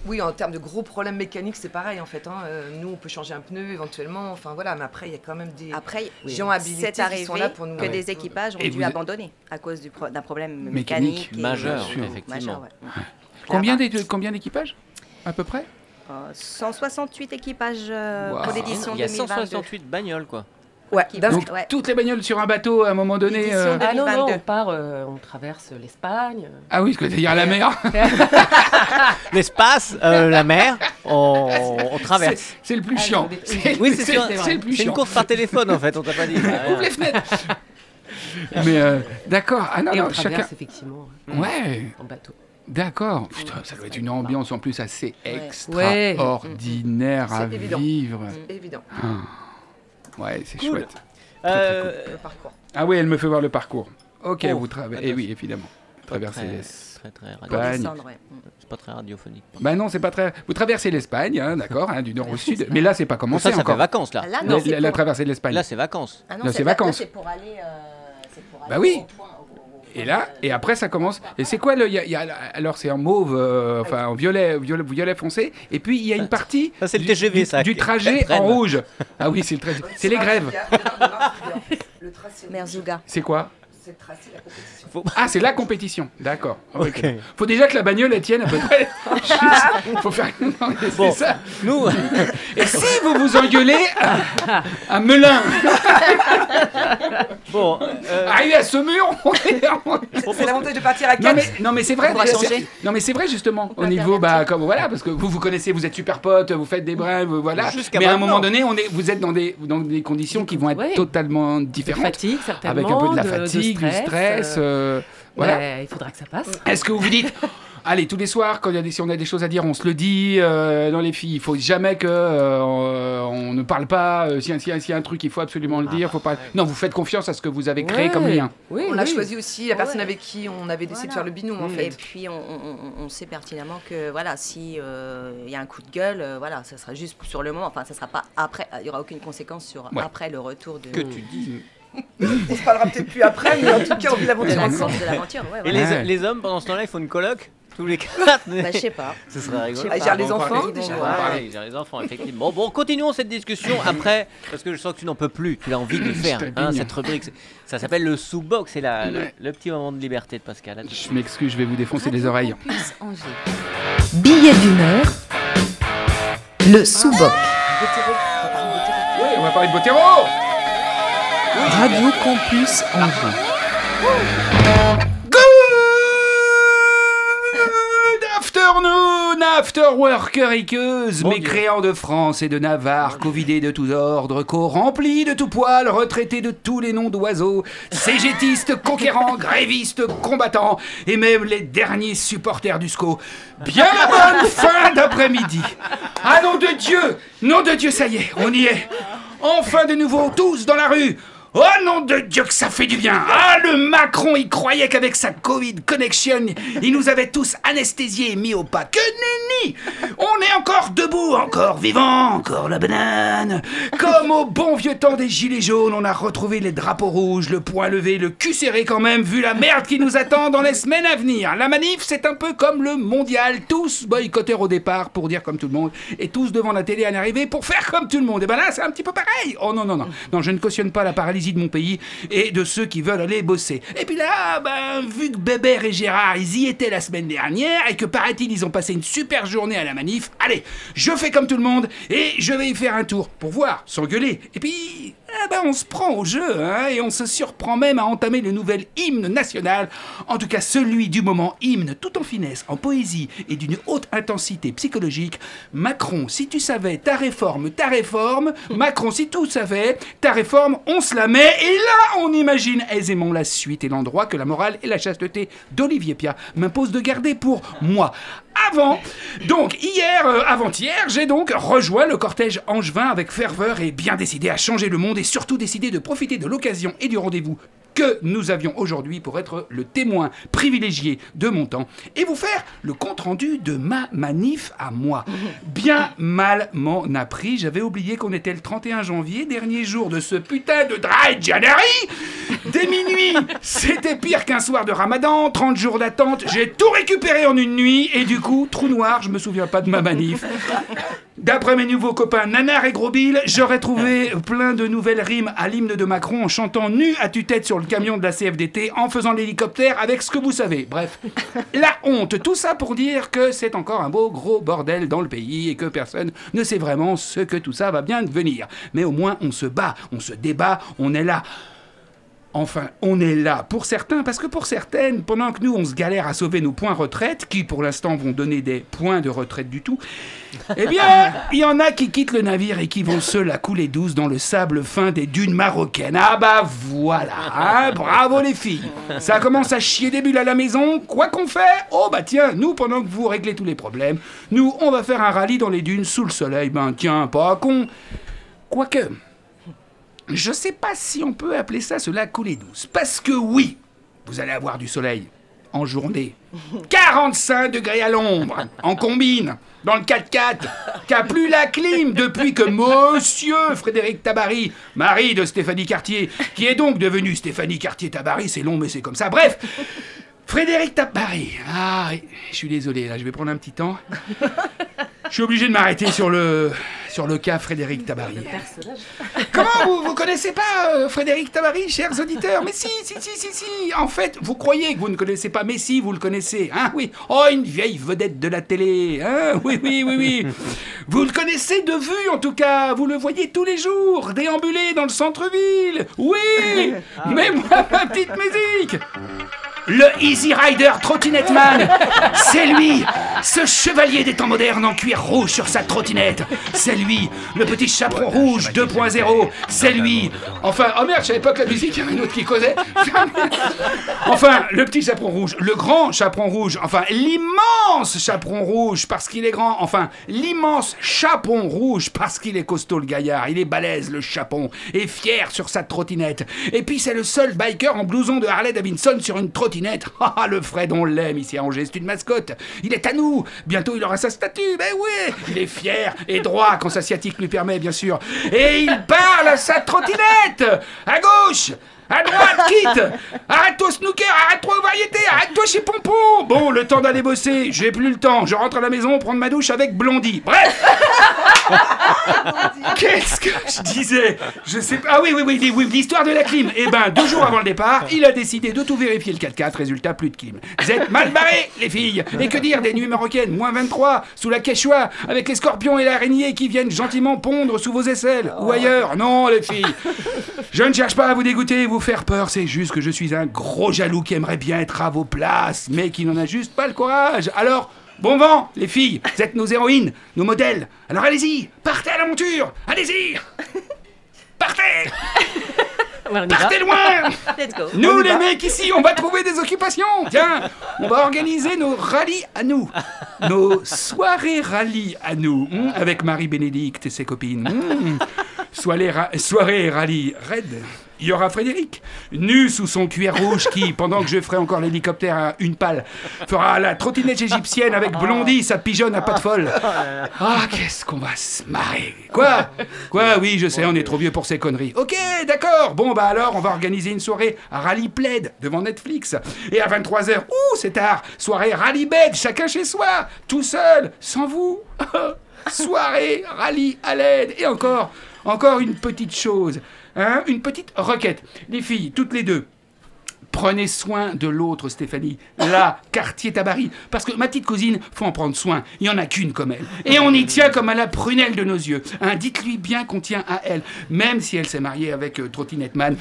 Speaker 6: Oui, en termes de gros problèmes mécaniques, c'est pareil en fait. hein. Euh, Nous, on peut changer un pneu éventuellement. Enfin voilà, mais après, il y a quand même des.
Speaker 4: Après,
Speaker 6: Oui.
Speaker 4: gens habilités qui sont là pour nous. que
Speaker 3: Ouais.
Speaker 4: des équipages ont
Speaker 3: Et
Speaker 4: dû
Speaker 3: vous-
Speaker 4: abandonner à cause du pro- d'un problème
Speaker 3: Mécanique.
Speaker 4: mécanique.
Speaker 2: Majeur,
Speaker 4: et- euh,
Speaker 2: effectivement.
Speaker 4: majeur, ouais.
Speaker 3: Combien
Speaker 4: Clairement.
Speaker 3: d'é- combien d'équipages À peu près
Speaker 4: Euh, 168 équipages euh,
Speaker 3: Wow.
Speaker 4: pour
Speaker 2: Il y
Speaker 4: l'édition
Speaker 2: en- il y a
Speaker 4: 2022.
Speaker 2: 168 bagnoles quoi.
Speaker 6: Ouais,
Speaker 4: qui-
Speaker 6: d'un-
Speaker 3: Donc
Speaker 4: Ouais.
Speaker 3: toutes les bagnoles sur un bateau à un moment donné.
Speaker 4: Édition
Speaker 3: euh,
Speaker 4: de-
Speaker 5: Ah non, non,
Speaker 4: 2022.
Speaker 5: on part, euh, on traverse l'Espagne.
Speaker 3: Ah oui, ce que t'as dit à la mer.
Speaker 2: L'espace, euh, la mer, on, on traverse.
Speaker 3: [LAUGHS] C'est- C'est le plus
Speaker 5: Ah,
Speaker 3: chiant.
Speaker 5: je vous ai-
Speaker 3: C'est
Speaker 2: Oui, c'est
Speaker 3: c'est-
Speaker 2: sûr,
Speaker 3: c'est le plus
Speaker 2: C'est une
Speaker 3: chiant.
Speaker 2: course par téléphone en fait, on t'a pas dit.
Speaker 3: Ouvre les fenêtres. Mais euh, d'accord. Ah non,
Speaker 5: et on
Speaker 3: non,
Speaker 5: traverse
Speaker 3: chacun.
Speaker 5: effectivement
Speaker 3: Ouais.
Speaker 5: en bateau.
Speaker 3: D'accord. Putain, ça doit être une ambiance en plus assez
Speaker 4: Ouais. Mm.
Speaker 3: extraordinaire à
Speaker 6: C'est évident.
Speaker 3: vivre.
Speaker 6: évident,
Speaker 3: Ouais, c'est
Speaker 2: Cool.
Speaker 3: chouette. Euh,
Speaker 6: le parcours.
Speaker 3: Ah oui, elle me fait voir le parcours. Ok,
Speaker 2: Oh,
Speaker 3: vous traversez.
Speaker 2: attention.
Speaker 3: Eh oui, évidemment. Traverser
Speaker 2: très,
Speaker 3: l'Es-
Speaker 2: très, très radio-
Speaker 4: Pour
Speaker 3: Bah,
Speaker 4: descendre, ouais. Mm.
Speaker 2: C'est pas très radiophonique. pardon.
Speaker 3: Bah non, c'est pas très. Vous traversez l'Espagne, hein, d'accord, hein, du nord au sud. Mais là, c'est pas
Speaker 2: Bon, ça,
Speaker 3: commencé
Speaker 2: ça fait
Speaker 3: encore.
Speaker 2: vacances là.
Speaker 4: Ah, Là,
Speaker 3: La,
Speaker 4: non,
Speaker 3: la-
Speaker 4: c'est
Speaker 3: la
Speaker 4: pour-
Speaker 3: traversée de l'Espagne.
Speaker 2: Là, c'est vacances.
Speaker 4: Ah non,
Speaker 3: Là, c'est
Speaker 4: c'est là- là,
Speaker 3: vacances.
Speaker 4: c'est pour aller. euh, c'est pour
Speaker 3: Bah
Speaker 4: aller
Speaker 3: oui.
Speaker 4: au point- au- au-
Speaker 3: Et là, et après, ça commence. Et c'est quoi le. il y a- il y a- alors, c'est en mauve, euh, enfin, en violet, violet, violet foncé. Et puis, il y a une partie.
Speaker 2: ça, c'est le
Speaker 3: du-
Speaker 2: TGV,
Speaker 3: du-
Speaker 2: ça,
Speaker 3: Du
Speaker 2: qui-
Speaker 3: trajet
Speaker 2: qui traîne.
Speaker 3: en rouge. Ah oui, c'est le trajet. C'est les grèves.
Speaker 6: Le tracé,
Speaker 4: Merzouga.
Speaker 3: C'est quoi
Speaker 6: c'est le tracé, la compétition.
Speaker 3: Ah, c'est la compétition. D'accord. Ok. Faut déjà que la bagnole, elle tienne à peu [LAUGHS] près. Juste, [LAUGHS] Faut faire. Non, mais c'est
Speaker 2: Bon.
Speaker 3: ça.
Speaker 2: Nous, euh,
Speaker 3: Et si vous vous engueulez à, à Melun,
Speaker 2: bon, euh,
Speaker 3: arrivé à Saumur, on est en-
Speaker 6: C'est l'avantage de partir à
Speaker 3: Non
Speaker 6: 4.
Speaker 3: mais, non mais c'est vrai,
Speaker 4: On va
Speaker 3: déjà, c'est-
Speaker 4: changer.
Speaker 3: non mais c'est vrai justement au
Speaker 4: peut
Speaker 3: niveau bah
Speaker 4: intervertir.
Speaker 3: comme voilà parce que vous vous connaissez, vous êtes super potes, vous faites des brins, vous- voilà.
Speaker 2: Jusqu'à
Speaker 3: mais à un
Speaker 2: maintenant.
Speaker 3: moment donné, on est, vous êtes dans des dans des conditions qui vont être
Speaker 5: Ouais.
Speaker 3: totalement
Speaker 5: De
Speaker 3: différentes,
Speaker 5: fatigue, certainement.
Speaker 3: avec un peu de la
Speaker 5: de
Speaker 3: fatigue, du stress,
Speaker 5: euh,
Speaker 3: euh, voilà.
Speaker 5: bah, il faudra que ça passe.
Speaker 3: Est-ce que vous vous [LAUGHS] dites Allez, tous les soirs, quand il y a des, si on a des choses à dire, on se le dit. euh, dans les filles, il faut jamais que euh, on, on ne parle pas. euh, si si- s'il y a un truc, il faut absolument le dire. Faut pas. Non, vous faites confiance à ce que vous avez créé
Speaker 5: Ouais.
Speaker 3: comme lien.
Speaker 5: Oui,
Speaker 6: On a
Speaker 5: oui.
Speaker 6: choisi aussi la personne
Speaker 4: Ouais.
Speaker 6: avec qui on avait décidé de
Speaker 4: Voilà.
Speaker 6: faire le binôme en
Speaker 4: Et [LAUGHS]
Speaker 6: fait.
Speaker 4: puis on, on- on- on sait pertinemment que voilà, si euh, il y a un coup de gueule, euh, voilà, ça sera juste sur le moment. Enfin, ça sera pas après. Il y aura aucune conséquence sur
Speaker 3: Ouais.
Speaker 4: après le retour de,
Speaker 2: que tu dis.
Speaker 6: On se parlera peut-être plus après, mais en tout cas, on vit
Speaker 4: de
Speaker 6: l'aventure
Speaker 4: la
Speaker 6: ensemble.
Speaker 4: course, de l'aventure. Ouais,
Speaker 2: Et
Speaker 4: voilà.
Speaker 2: les,
Speaker 3: Ouais.
Speaker 2: les hommes, pendant ce temps-là, ils font une coloc tous les quatre.
Speaker 4: Bah, je sais pas.
Speaker 2: [LAUGHS] Ce serait rigolo.
Speaker 6: Ah, ils gèrent les enfants
Speaker 4: déjà. On
Speaker 2: Ouais,
Speaker 6: déjà.
Speaker 4: va en
Speaker 2: ouais, ils gèrent les enfants, effectivement. Bon, bon, continuons cette discussion après, parce que je sens que tu n'en peux plus. Tu as envie de le faire,
Speaker 3: t'abigne.
Speaker 2: hein, cette rubrique. C'est- Ça s'appelle le sous-box. C'est la- le, le petit moment de liberté de Pascal. À tout de suite.
Speaker 3: Je m'excuse, je vais vous défoncer les oreilles.
Speaker 1: Campus Angers. Ah, Billet d'humeur. Le sous-boc.
Speaker 3: Oui, on va parler de Botero
Speaker 1: Radio Campus Angers.
Speaker 3: Good afternoon, afterworker iqueuse,
Speaker 2: Bon
Speaker 3: mécréants de France et de Navarre, covidés de tous ordres, co remplis de tout poil, retraités de tous les noms d'oiseaux, cégétistes, conquérants, grévistes, combattants, et même les derniers supporters du SCO. Bien la bonne fin d'après-midi Ah nom de Dieu Nom de Dieu, ça y est, on y est Enfin de nouveau, tous dans la rue Oh nom de Dieu que ça fait du bien Ah le Macron il croyait qu'avec sa Covid connection, il nous avait tous anesthésiés et mis au pas. Que nenni On est encore debout, encore vivant, encore la banane Comme au bon vieux temps des gilets jaunes, on a retrouvé les drapeaux rouges, le poing levé, le cul serré quand même, vu la merde qui nous attend dans les semaines à venir. La manif c'est un peu comme le mondial, tous boycotteurs au départ pour dire comme tout le monde, et tous devant la télé à l'arrivée pour faire comme tout le monde. Et ben là c'est un petit peu pareil Oh non non non, non je ne cautionne pas la paralysie de mon pays et de ceux qui veulent aller bosser. Et puis là, ben, vu que Bébert et Gérard, ils y étaient la semaine dernière et que paraît-il, ils ont passé une super journée à la manif, allez, je fais comme tout le monde et je vais y faire un tour pour voir, s'engueuler. Et puis, eh ben, on se prend au jeu hein, et on se surprend même à entamer le nouvel hymne national, en tout cas celui du moment hymne, tout en finesse, en poésie et d'une haute intensité psychologique. Macron, si tu savais ta réforme, ta réforme, Macron, si tu savais ta réforme, on se la mais et là, on imagine aisément la suite et l'endroit que la morale et la chasteté d'Olivier Pia m'imposent de garder pour moi. Avant, donc hier, euh, avant-hier, j'ai donc rejoint le cortège angevin avec ferveur et bien décidé à changer le monde et surtout décidé de profiter de l'occasion et du rendez-vous que nous avions aujourd'hui pour être le témoin privilégié de mon temps et vous faire le compte-rendu de ma manif à moi. Bien mal m'en a pris, j'avais oublié qu'on était le 31 janvier, dernier jour de ce putain de dry January. Dès minuit, [LAUGHS] c'était pire qu'un soir de ramadan, 30 jours d'attente, j'ai tout récupéré en une nuit et du coup, trou noir, je me souviens pas de ma manif. D'après mes nouveaux copains Nanar et Grosbille, j'aurais trouvé plein de nouvelles rimes à l'hymne de Macron en chantant nu à tue-tête sur le camion de la CFDT, en faisant l'hélicoptère avec ce que vous savez. Bref, la honte. Tout ça pour dire que c'est encore un beau gros bordel dans le pays et que personne ne sait vraiment ce que tout ça va bien devenir. Mais au moins, on se bat, on se débat, on est là. Enfin, on est là pour certains, parce que pour certaines, pendant que nous, on se galère à sauver nos points retraite, qui pour l'instant vont donner des points de retraite du tout, eh bien, il y en a qui quittent le navire et qui vont seuls à couler douce dans le sable fin des dunes marocaines. Ah bah voilà, hein, bravo les filles. Ça commence à chier des bulles à la maison, quoi qu'on fait. Oh bah tiens, nous, pendant que vous réglez tous les problèmes, nous, on va faire un rallye dans les dunes sous le soleil. Ben tiens, pas con. Quoique... Je sais pas si on peut appeler ça cela couler douce. Parce que oui, vous allez avoir du soleil en journée. 45 degrés à l'ombre, en combine, dans le 4x4, qu'a plus la clim depuis que monsieur Frédéric Tabary, mari de Stéphanie Cartier, qui est donc devenu Stéphanie Cartier-Tabary, c'est long mais c'est comme ça, bref, Frédéric Tabary, ah, je suis désolé, là je vais prendre un petit temps. Je suis obligé de m'arrêter sur le, sur le cas Frédéric Tabary. Comment vous, vous connaissez pas euh, Frédéric Tabary, chers auditeurs Mais si, si, si, si, si En fait, vous croyez que vous ne connaissez pas, mais si, vous le connaissez, hein Oui Oh, une vieille vedette de la télé, hein Oui, oui, oui, oui Vous le connaissez de vue, en tout cas Vous le voyez tous les jours, déambuler dans le centre-ville Oui Mais moi, ma petite musique le Easy Rider Trottinette Man C'est lui Ce chevalier des temps modernes en cuir rouge sur sa trottinette C'est lui Le petit chaperon rouge 2.0 C'est lui Enfin, oh merde, je savais pas que la musique, il y avait une autre qui causait Enfin, le petit chaperon rouge, le grand chaperon rouge, enfin, l'immense chaperon rouge parce qu'il est grand, enfin, l'immense chaperon rouge parce qu'il est costaud le gaillard, il est balèze le chapon, et fier sur sa trottinette. Et puis c'est le seul biker en blouson de Harley Davidson sur une trottinette [LAUGHS] ah, le Fred, on l'aime ici à Angers, c'est une mascotte. Il est à nous. Bientôt, il aura sa statue. Mais oui, il est fier et droit quand sa sciatique lui permet, bien sûr. Et il parle à sa trottinette. À gauche, à droite, quitte Arrête-toi au snooker, arrête-toi aux variétés, arrête-toi chez Pompon Bon, le temps d'aller bosser, j'ai plus le temps, je rentre à la maison prendre ma douche avec Blondie. Bref Qu'est-ce que je disais Je sais pas. Ah oui, oui, oui, oui l'histoire de la clim. Eh ben, deux jours avant le départ, il a décidé de tout vérifier le 4x4, résultat, plus de clim. Vous êtes mal barrés, les filles Et que dire des nuits marocaines, moins 23, sous la quechua, avec les scorpions et l'araignée qui viennent gentiment pondre sous vos aisselles, ou ailleurs Non, les filles Je ne cherche pas à vous dégoûter, vous faire peur, c'est juste que je suis un gros jaloux qui aimerait bien être à vos places, mais qui n'en a juste pas le courage. Alors, bon vent, les filles, vous êtes nos héroïnes, nos modèles. Alors allez-y, partez à la monture, allez-y Partez Partez loin
Speaker 4: Let's go.
Speaker 3: Nous les mecs ici, on va trouver des occupations Tiens, on va organiser nos rallyes à nous Nos soirées rallyes à nous, hmm, avec Marie-Bénédicte et ses copines. hmm. Soirée, ra- soirée et rallye raid. Il y aura Frédéric, nu sous son cuir rouge, qui, pendant que je ferai encore l'hélicoptère à une palle, fera la trottinette égyptienne avec Blondie, sa pigeonne à pas de folle. Ah, qu'est-ce qu'on va se marrer Quoi Quoi Oui, je sais, on est trop vieux pour ces conneries. Ok, d'accord Bon, bah alors, on va organiser une soirée à Rallye Plaid devant Netflix. Et à 23h, ouh, c'est tard Soirée Rallye Bed, chacun chez soi Tout seul Sans vous [LAUGHS] Soirée Rallye à l'aide Et encore, encore une petite chose, hein, une petite requête. Les filles, toutes les deux, Prenez soin de l'autre, Stéphanie. Là, quartier Tabari. Parce que ma petite cousine, faut en prendre soin. Il n'y en a qu'une comme elle. Et on y tient comme à la prunelle de nos yeux. Hein, Dites-lui bien qu'on tient à elle. Même si elle s'est mariée avec euh, Trottinette Man.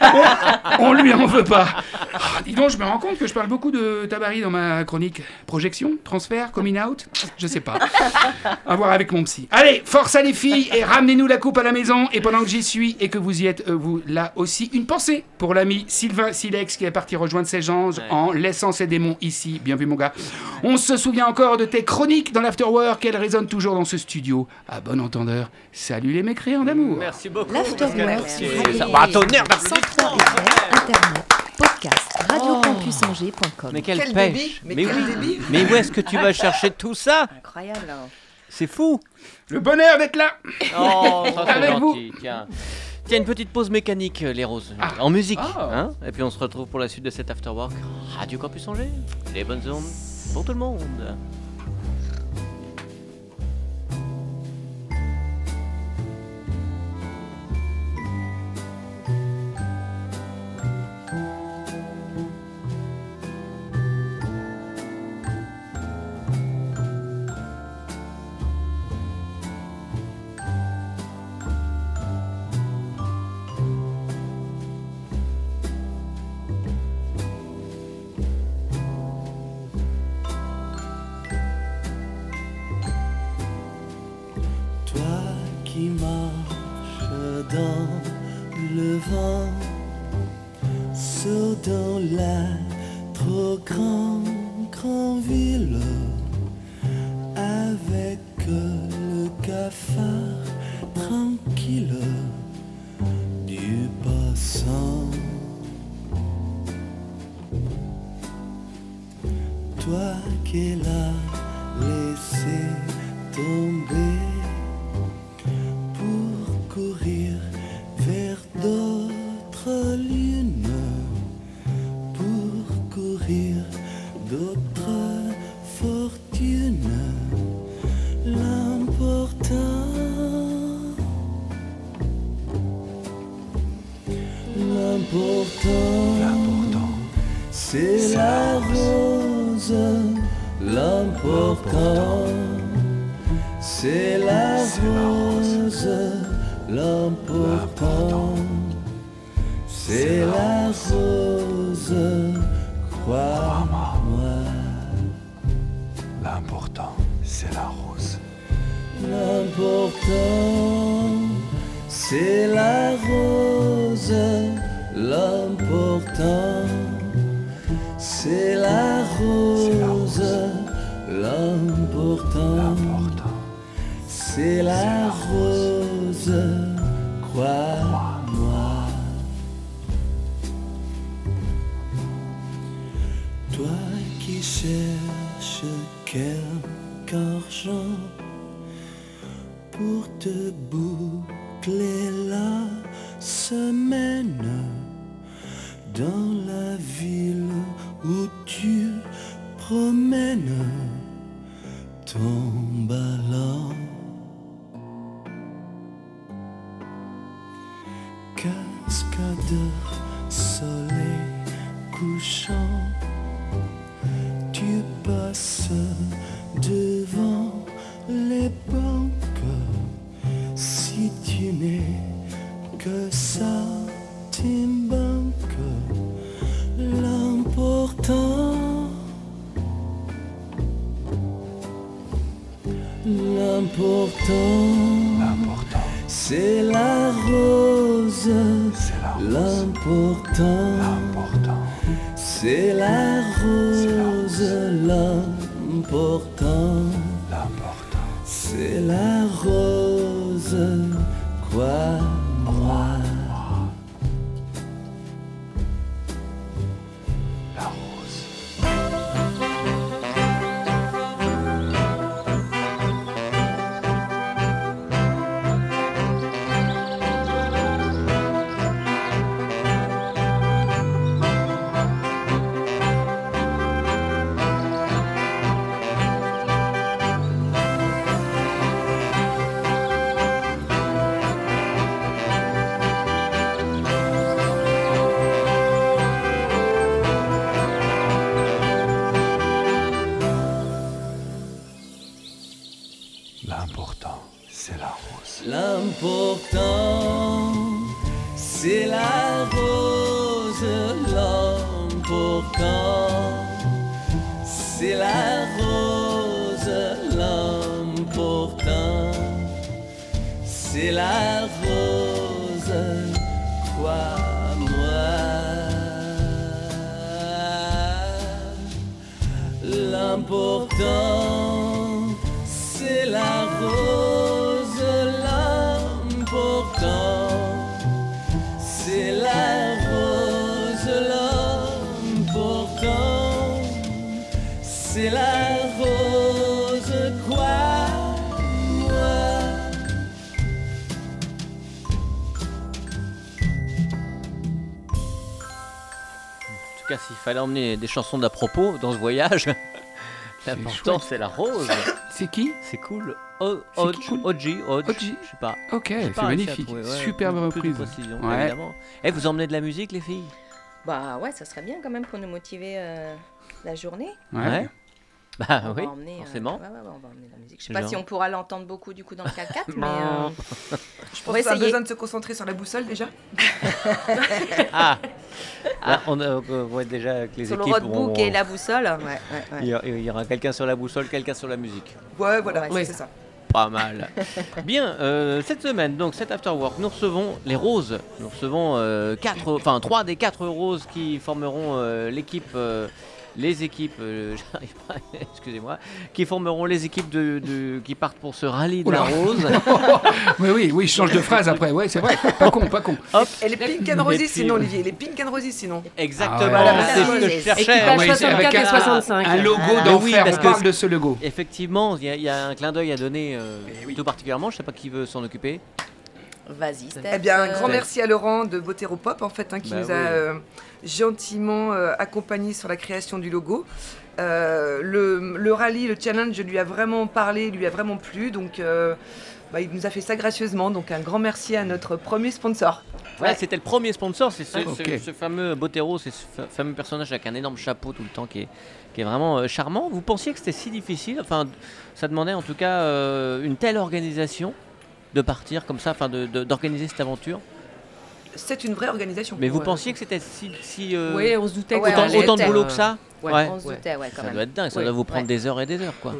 Speaker 3: [LAUGHS] on lui en veut pas. Ah, dis donc, je me rends compte que je parle beaucoup de Tabari dans ma chronique. Projection, transfert, coming out Je sais pas. À voir avec mon psy. Allez, force à les filles et ramenez-nous la coupe à la maison. Et pendant que j'y suis et que vous y êtes, euh, vous, là aussi, une pensée pour l'ami Sylvain Silex qui est parti rejoindre ses gens en laissant ses démons ici. Bien vu, mon gars. On se souvient encore de tes chroniques dans l'Afterwork. Elles résonnent toujours dans ce studio. À bon entendeur, salut les mécréants d'amour.
Speaker 2: Merci beaucoup. Pascal
Speaker 1: L'Afterwork sur Radio
Speaker 2: Courtier. Ça- bah, tonnerre d'applaudissements.
Speaker 1: 103 FM, Internet, podcast,
Speaker 2: Oh.
Speaker 1: radiocampusangers.com.
Speaker 2: Mais quelle
Speaker 6: Quel
Speaker 2: pêche
Speaker 6: débit, mais
Speaker 2: mais
Speaker 6: quel
Speaker 2: oui.
Speaker 6: débit.
Speaker 2: Mais où est-ce que tu vas chercher tout ça
Speaker 4: Incroyable. hein.
Speaker 2: C'est fou
Speaker 3: Le bonheur d'être là.
Speaker 2: Oh, [LAUGHS] ça, c'est
Speaker 3: Avec
Speaker 2: gentil,
Speaker 3: vous.
Speaker 2: Tiens. Tiens, une petite pause mécanique, euh, les roses. En musique. hein. Et puis on se retrouve pour la suite de cet afterwork. Radio Campus Angers. Les bonnes ondes pour tout le monde.
Speaker 7: Toi qui marches dans le vent, saut dans la trop grande, grande ville, avec le cafard tranquille du passant. Toi qui l'as laissé tomber pour courir vers d'autres lunes, pour courir d'autres fortunes. L'important, l'important, c'est la rose. L'important. C'est la rose, l'important. C'est la rose, crois-moi.
Speaker 8: L'important, c'est la rose.
Speaker 7: L'important, c'est la rose. L'important, c'est la rose. L'important. C'est la rose, crois-moi. Toi qui cherches quelque argent pour te boucler la semaine dans la ville où tu promènes ton ballon. Cascadeur, soleil couchant, tu passes devant les banques. Si tu n'es que ça, banque. L'important, l'important.
Speaker 8: L'important,
Speaker 7: C'est la rose,
Speaker 8: c'est la rose.
Speaker 7: l'important.
Speaker 8: L'important,
Speaker 7: C'est la rose, l'important.
Speaker 8: l'important,
Speaker 7: C'est la rose, roi, roi.
Speaker 8: la rose, l'important, c'est la rose.
Speaker 7: L'important, c'est la rose. L'important, c'est la rose. L'important, c'est la rose. Quoi, moi? L'important, c'est la rose. L'important, c'est la rose. L'important, c'est la rose. Quoi, moi?
Speaker 2: En tout cas, s'il fallait emmener des chansons d'à propos dans ce voyage, [LAUGHS] l'important c'est la rose.
Speaker 3: C'est qui
Speaker 2: C'est cool. O-
Speaker 3: C'est
Speaker 2: Hodge,
Speaker 3: cool.
Speaker 2: Oji, Hodge,
Speaker 3: Oji.
Speaker 2: je sais pas.
Speaker 3: Ok,
Speaker 2: J'ai
Speaker 3: c'est
Speaker 2: pas réussi à
Speaker 3: magnifique.
Speaker 2: trouver, ouais,
Speaker 3: Superbe
Speaker 2: plus- plus de
Speaker 3: reprise.
Speaker 2: précision,
Speaker 3: Ouais.
Speaker 2: évidemment. Eh, vous emmenez de la musique, les filles
Speaker 4: Bah ouais, ça serait bien quand même pour nous motiver euh, la journée.
Speaker 3: Ouais.
Speaker 2: Ouais. Bah
Speaker 4: On va
Speaker 2: oui,
Speaker 4: emmener, euh,
Speaker 2: forcément.
Speaker 4: ouais, ouais, ouais, on va emmener la musique. Je sais pas
Speaker 2: Genre.
Speaker 4: si on pourra l'entendre beaucoup du coup dans le 4x4, mais
Speaker 5: Non.
Speaker 4: euh, je
Speaker 6: Je pense
Speaker 4: pourrais
Speaker 6: qu'on a
Speaker 4: essayer.
Speaker 6: besoin de se concentrer sur la boussole déjà.
Speaker 2: Ah, Ah, on, euh, on voit déjà que les
Speaker 4: Sur le
Speaker 2: équipes vont-
Speaker 4: roadbook et la boussole, ouais, ouais, ouais.
Speaker 2: Il y a- il y aura quelqu'un sur la boussole, quelqu'un sur la musique.
Speaker 6: Ouais, voilà,
Speaker 4: Ouais,
Speaker 6: ouais,
Speaker 4: c'est
Speaker 6: c'est ça.
Speaker 2: Pas mal. Bien, euh, cette semaine, donc cet after work, nous recevons les roses. Nous recevons euh, quatre, enfin trois des quatre roses qui formeront euh, l'équipe, euh, les équipes. euh, [LAUGHS] j'arrive pas, Excusez-moi, qui formeront les équipes de, de- qui partent pour ce rallye de la
Speaker 3: Oula.
Speaker 2: rose.
Speaker 3: Mais oui, oui, je change de phrase après. Ouais, c'est vrai. Pas con, pas con.
Speaker 2: Hop,
Speaker 6: Elle est pink and
Speaker 2: Et
Speaker 6: roses
Speaker 2: puis-
Speaker 6: sinon, Olivier. Elle est pink and roses sinon.
Speaker 2: exactement.
Speaker 3: Ah ouais.
Speaker 2: C'est ce que je
Speaker 5: Et qui
Speaker 2: cherchais.
Speaker 5: passe
Speaker 3: ouais, c'est avec
Speaker 5: 64 et
Speaker 3: un-
Speaker 5: 65.
Speaker 3: Un logo
Speaker 2: Ah,
Speaker 3: d'enfer.
Speaker 2: oui, parce
Speaker 3: on
Speaker 2: que-
Speaker 3: parle de
Speaker 2: [LAUGHS]
Speaker 3: ce logo.
Speaker 2: Effectivement, il y, a- il y a un clin d'œil à donner euh, tout particulièrement. Je sais pas qui veut s'en occuper.
Speaker 4: Vas-y, Steph.
Speaker 6: Eh bien, un grand
Speaker 2: Ouais.
Speaker 6: merci à Laurent de Botero Pop, en fait, hein, qui
Speaker 2: Euh, Bah
Speaker 6: nous a
Speaker 2: oui.
Speaker 6: euh, gentiment accompagné accompagnés sur la création du logo. Euh, le, le rallye, le challenge lui a vraiment parlé, lui a vraiment plu, donc euh, bah, il nous a fait ça gracieusement. Donc un grand merci à notre premier sponsor.
Speaker 2: Voilà, c'était le premier sponsor, c'est ce,
Speaker 3: Ah,
Speaker 2: ce-
Speaker 3: ok.
Speaker 2: ce fameux Botero, c'est ce fa- fameux personnage avec un énorme chapeau tout le temps qui est, qui est vraiment euh, charmant. Vous pensiez que c'était si difficile Enfin, ça demandait en tout cas euh, une telle organisation de partir comme ça, enfin de- de- d'organiser cette aventure.
Speaker 6: C'est une vraie organisation.
Speaker 2: Mais vous
Speaker 6: Ouais.
Speaker 2: pensiez que c'était si, si, euh,
Speaker 5: Oui, on se doutait.
Speaker 4: Ouais,
Speaker 5: que-
Speaker 2: autant,
Speaker 4: on
Speaker 2: autant de
Speaker 4: l'était.
Speaker 2: boulot que ça
Speaker 5: euh, Ouais.
Speaker 2: Ouais.
Speaker 4: On se
Speaker 5: Ouais.
Speaker 4: doutait, ouais, quand
Speaker 2: Ça
Speaker 4: même.
Speaker 2: doit être dingue, ça
Speaker 5: Ouais.
Speaker 2: doit vous prendre
Speaker 4: Ouais. Mm.
Speaker 2: des heures et des heures quoi.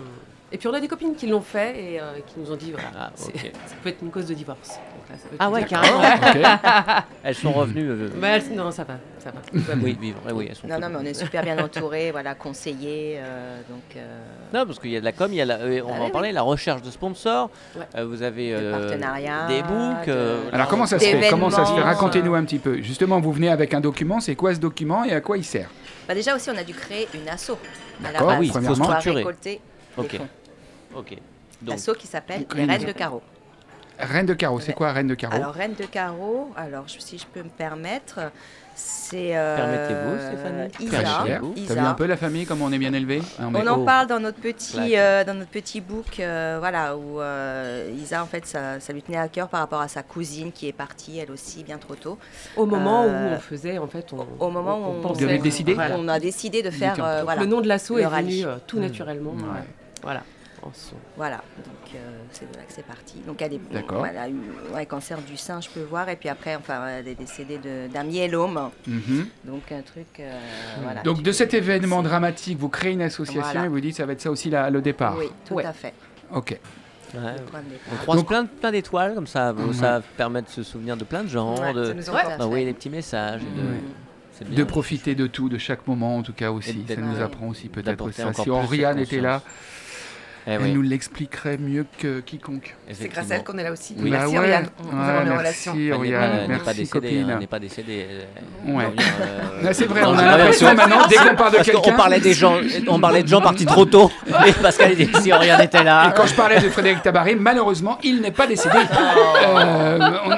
Speaker 5: Et puis on a des copines qui l'ont fait et euh, qui nous ont dit voilà,
Speaker 2: Ah,
Speaker 4: [LAUGHS]
Speaker 5: c'est-
Speaker 2: ok.
Speaker 5: ça peut être une cause de divorce. Donc là, ça peut être
Speaker 2: Ah ouais,
Speaker 5: une-
Speaker 2: carrément.
Speaker 3: Ok.
Speaker 2: Elles sont revenues.
Speaker 4: [LAUGHS]
Speaker 2: euh,
Speaker 5: Bah, elles- non, ça va, ça va. Tout va bien.
Speaker 2: oui, vivre. Oui, elles sont
Speaker 4: Non, non, mais on est super bien [LAUGHS] entourés, voilà, conseillés, euh, donc... euh,
Speaker 2: Non, parce qu'il y a de la com, il y a la- euh, on
Speaker 4: Ah
Speaker 2: va en
Speaker 4: oui,
Speaker 2: parler, la recherche de sponsors.
Speaker 5: Ouais.
Speaker 2: Euh, vous avez
Speaker 4: De
Speaker 2: euh,
Speaker 4: partenariats,
Speaker 2: des books. euh,
Speaker 4: de-
Speaker 3: Alors comment ça se fait
Speaker 4: D'événements,
Speaker 3: Comment ça se fait
Speaker 4: euh,
Speaker 3: Racontez-nous un petit peu. Justement, vous venez avec un document. C'est quoi ce document et à quoi il sert
Speaker 4: Bah déjà aussi, on a dû créer une asso. à la
Speaker 3: D'accord,
Speaker 4: base,
Speaker 3: oui,
Speaker 4: pour
Speaker 3: premièrement.
Speaker 4: pouvoir
Speaker 2: Structurer.
Speaker 4: récolter
Speaker 2: Ok.
Speaker 4: des fonds.
Speaker 2: Ok. Donc,
Speaker 4: L'asso qui s'appelle
Speaker 3: Donc,
Speaker 4: les
Speaker 3: une-
Speaker 4: Reines de Carreau.
Speaker 3: Reine de carreau. C'est
Speaker 4: Ouais.
Speaker 3: quoi Reine de carreau
Speaker 4: Alors, Reines de Carreau, alors je- si je peux me permettre, c'est... euh,
Speaker 2: Permettez-vous, Stéphanie.
Speaker 3: Très
Speaker 4: Isa.
Speaker 3: cher. T'as
Speaker 4: Isa.
Speaker 3: vu un peu la famille comment on est bien élevé Non, mais
Speaker 4: On en
Speaker 3: oh.
Speaker 4: parle dans notre petit,
Speaker 2: Claque.
Speaker 4: euh, dans notre petit book, euh, voilà, où euh, Isa, en fait, ça, ça lui tenait à cœur par rapport à sa cousine qui est partie, elle aussi, bien trop tôt.
Speaker 5: Au moment où
Speaker 4: Euh,
Speaker 5: on faisait, en fait, on,
Speaker 4: Au moment où on,
Speaker 5: pensait-
Speaker 3: Vous avez décidé
Speaker 5: Voilà.
Speaker 4: on a décidé de faire...
Speaker 3: Dites-en.
Speaker 4: euh, voilà,
Speaker 5: Le nom de l'assaut
Speaker 4: Le
Speaker 5: est
Speaker 4: rallye.
Speaker 5: venu euh, tout naturellement.
Speaker 3: Ouais.
Speaker 5: euh, Voilà. En son-
Speaker 4: Voilà, donc euh, c'est de là que c'est parti. Donc elle est
Speaker 3: D'accord.
Speaker 4: elle a eu un cancer du sein, je peux voir, et puis après, enfin, elle est décédée de- d'un myélome.
Speaker 3: Mhm.
Speaker 4: Donc un truc, euh, voilà.
Speaker 3: Hmm. Donc de cet événement
Speaker 4: C'est-
Speaker 3: dramatique, vous créez une association
Speaker 4: Voilà.
Speaker 3: et vous dites ça va être ça aussi là, le départ.
Speaker 4: Oui, tout
Speaker 5: Ouais.
Speaker 4: à fait.
Speaker 3: Ok.
Speaker 2: ouais,
Speaker 4: Point de départ.
Speaker 2: on croise
Speaker 3: Donc- Mhm.
Speaker 2: plein, de- plein d'étoiles comme ça. vous-
Speaker 3: Ouais.
Speaker 2: Ça permet de se souvenir de plein de gens.
Speaker 4: Ouais,
Speaker 2: de... Ah
Speaker 4: ça nous
Speaker 6: Ouais.
Speaker 4: encourage.
Speaker 2: d'envoyer des petits messages. et de-
Speaker 3: Ouais.
Speaker 2: c'est
Speaker 3: De
Speaker 2: bien.
Speaker 3: profiter de tout, de chaque moment en tout cas
Speaker 2: Et
Speaker 3: aussi.
Speaker 2: d'être-
Speaker 3: Ça nous
Speaker 4: Ouais.
Speaker 3: apprend aussi peut-être
Speaker 2: D'apporter
Speaker 3: ça.
Speaker 2: encore
Speaker 3: Si
Speaker 2: plus cette
Speaker 3: Oriane était là,
Speaker 2: conscience. Eh
Speaker 3: Elle
Speaker 2: oui,
Speaker 3: nous l'expliquerait mieux que quiconque.
Speaker 6: C'est grâce à elle
Speaker 2: effectivement.
Speaker 6: qu'on est là aussi.
Speaker 2: Oui.
Speaker 6: Merci
Speaker 3: Bah ouais.
Speaker 6: Oriane, nous
Speaker 3: Ouais,
Speaker 6: avons une
Speaker 3: merci,
Speaker 6: relation.
Speaker 2: Elle n'est pas-
Speaker 3: Oriane.
Speaker 2: elle n'est pas,
Speaker 3: Bah, Merci,
Speaker 2: décédée. hein,
Speaker 3: copine.
Speaker 2: Elle n'est pas décédée. euh,
Speaker 3: Ouais.
Speaker 2: on revient, euh,
Speaker 3: [LAUGHS] Ah, c'est vrai,
Speaker 2: dans
Speaker 3: on
Speaker 2: une
Speaker 3: a l'impression
Speaker 2: relation.
Speaker 3: maintenant, dès qu'on parle de
Speaker 2: Parce qu'on
Speaker 3: quelqu'un.
Speaker 2: parlait des gens, on parlait de gens partis trop tôt. Et Pascal il dit si rien n'était là.
Speaker 3: Et quand je parlais de Frédéric Tabaré, malheureusement, il n'est
Speaker 2: [LAUGHS]
Speaker 3: pas décédé. Euh, on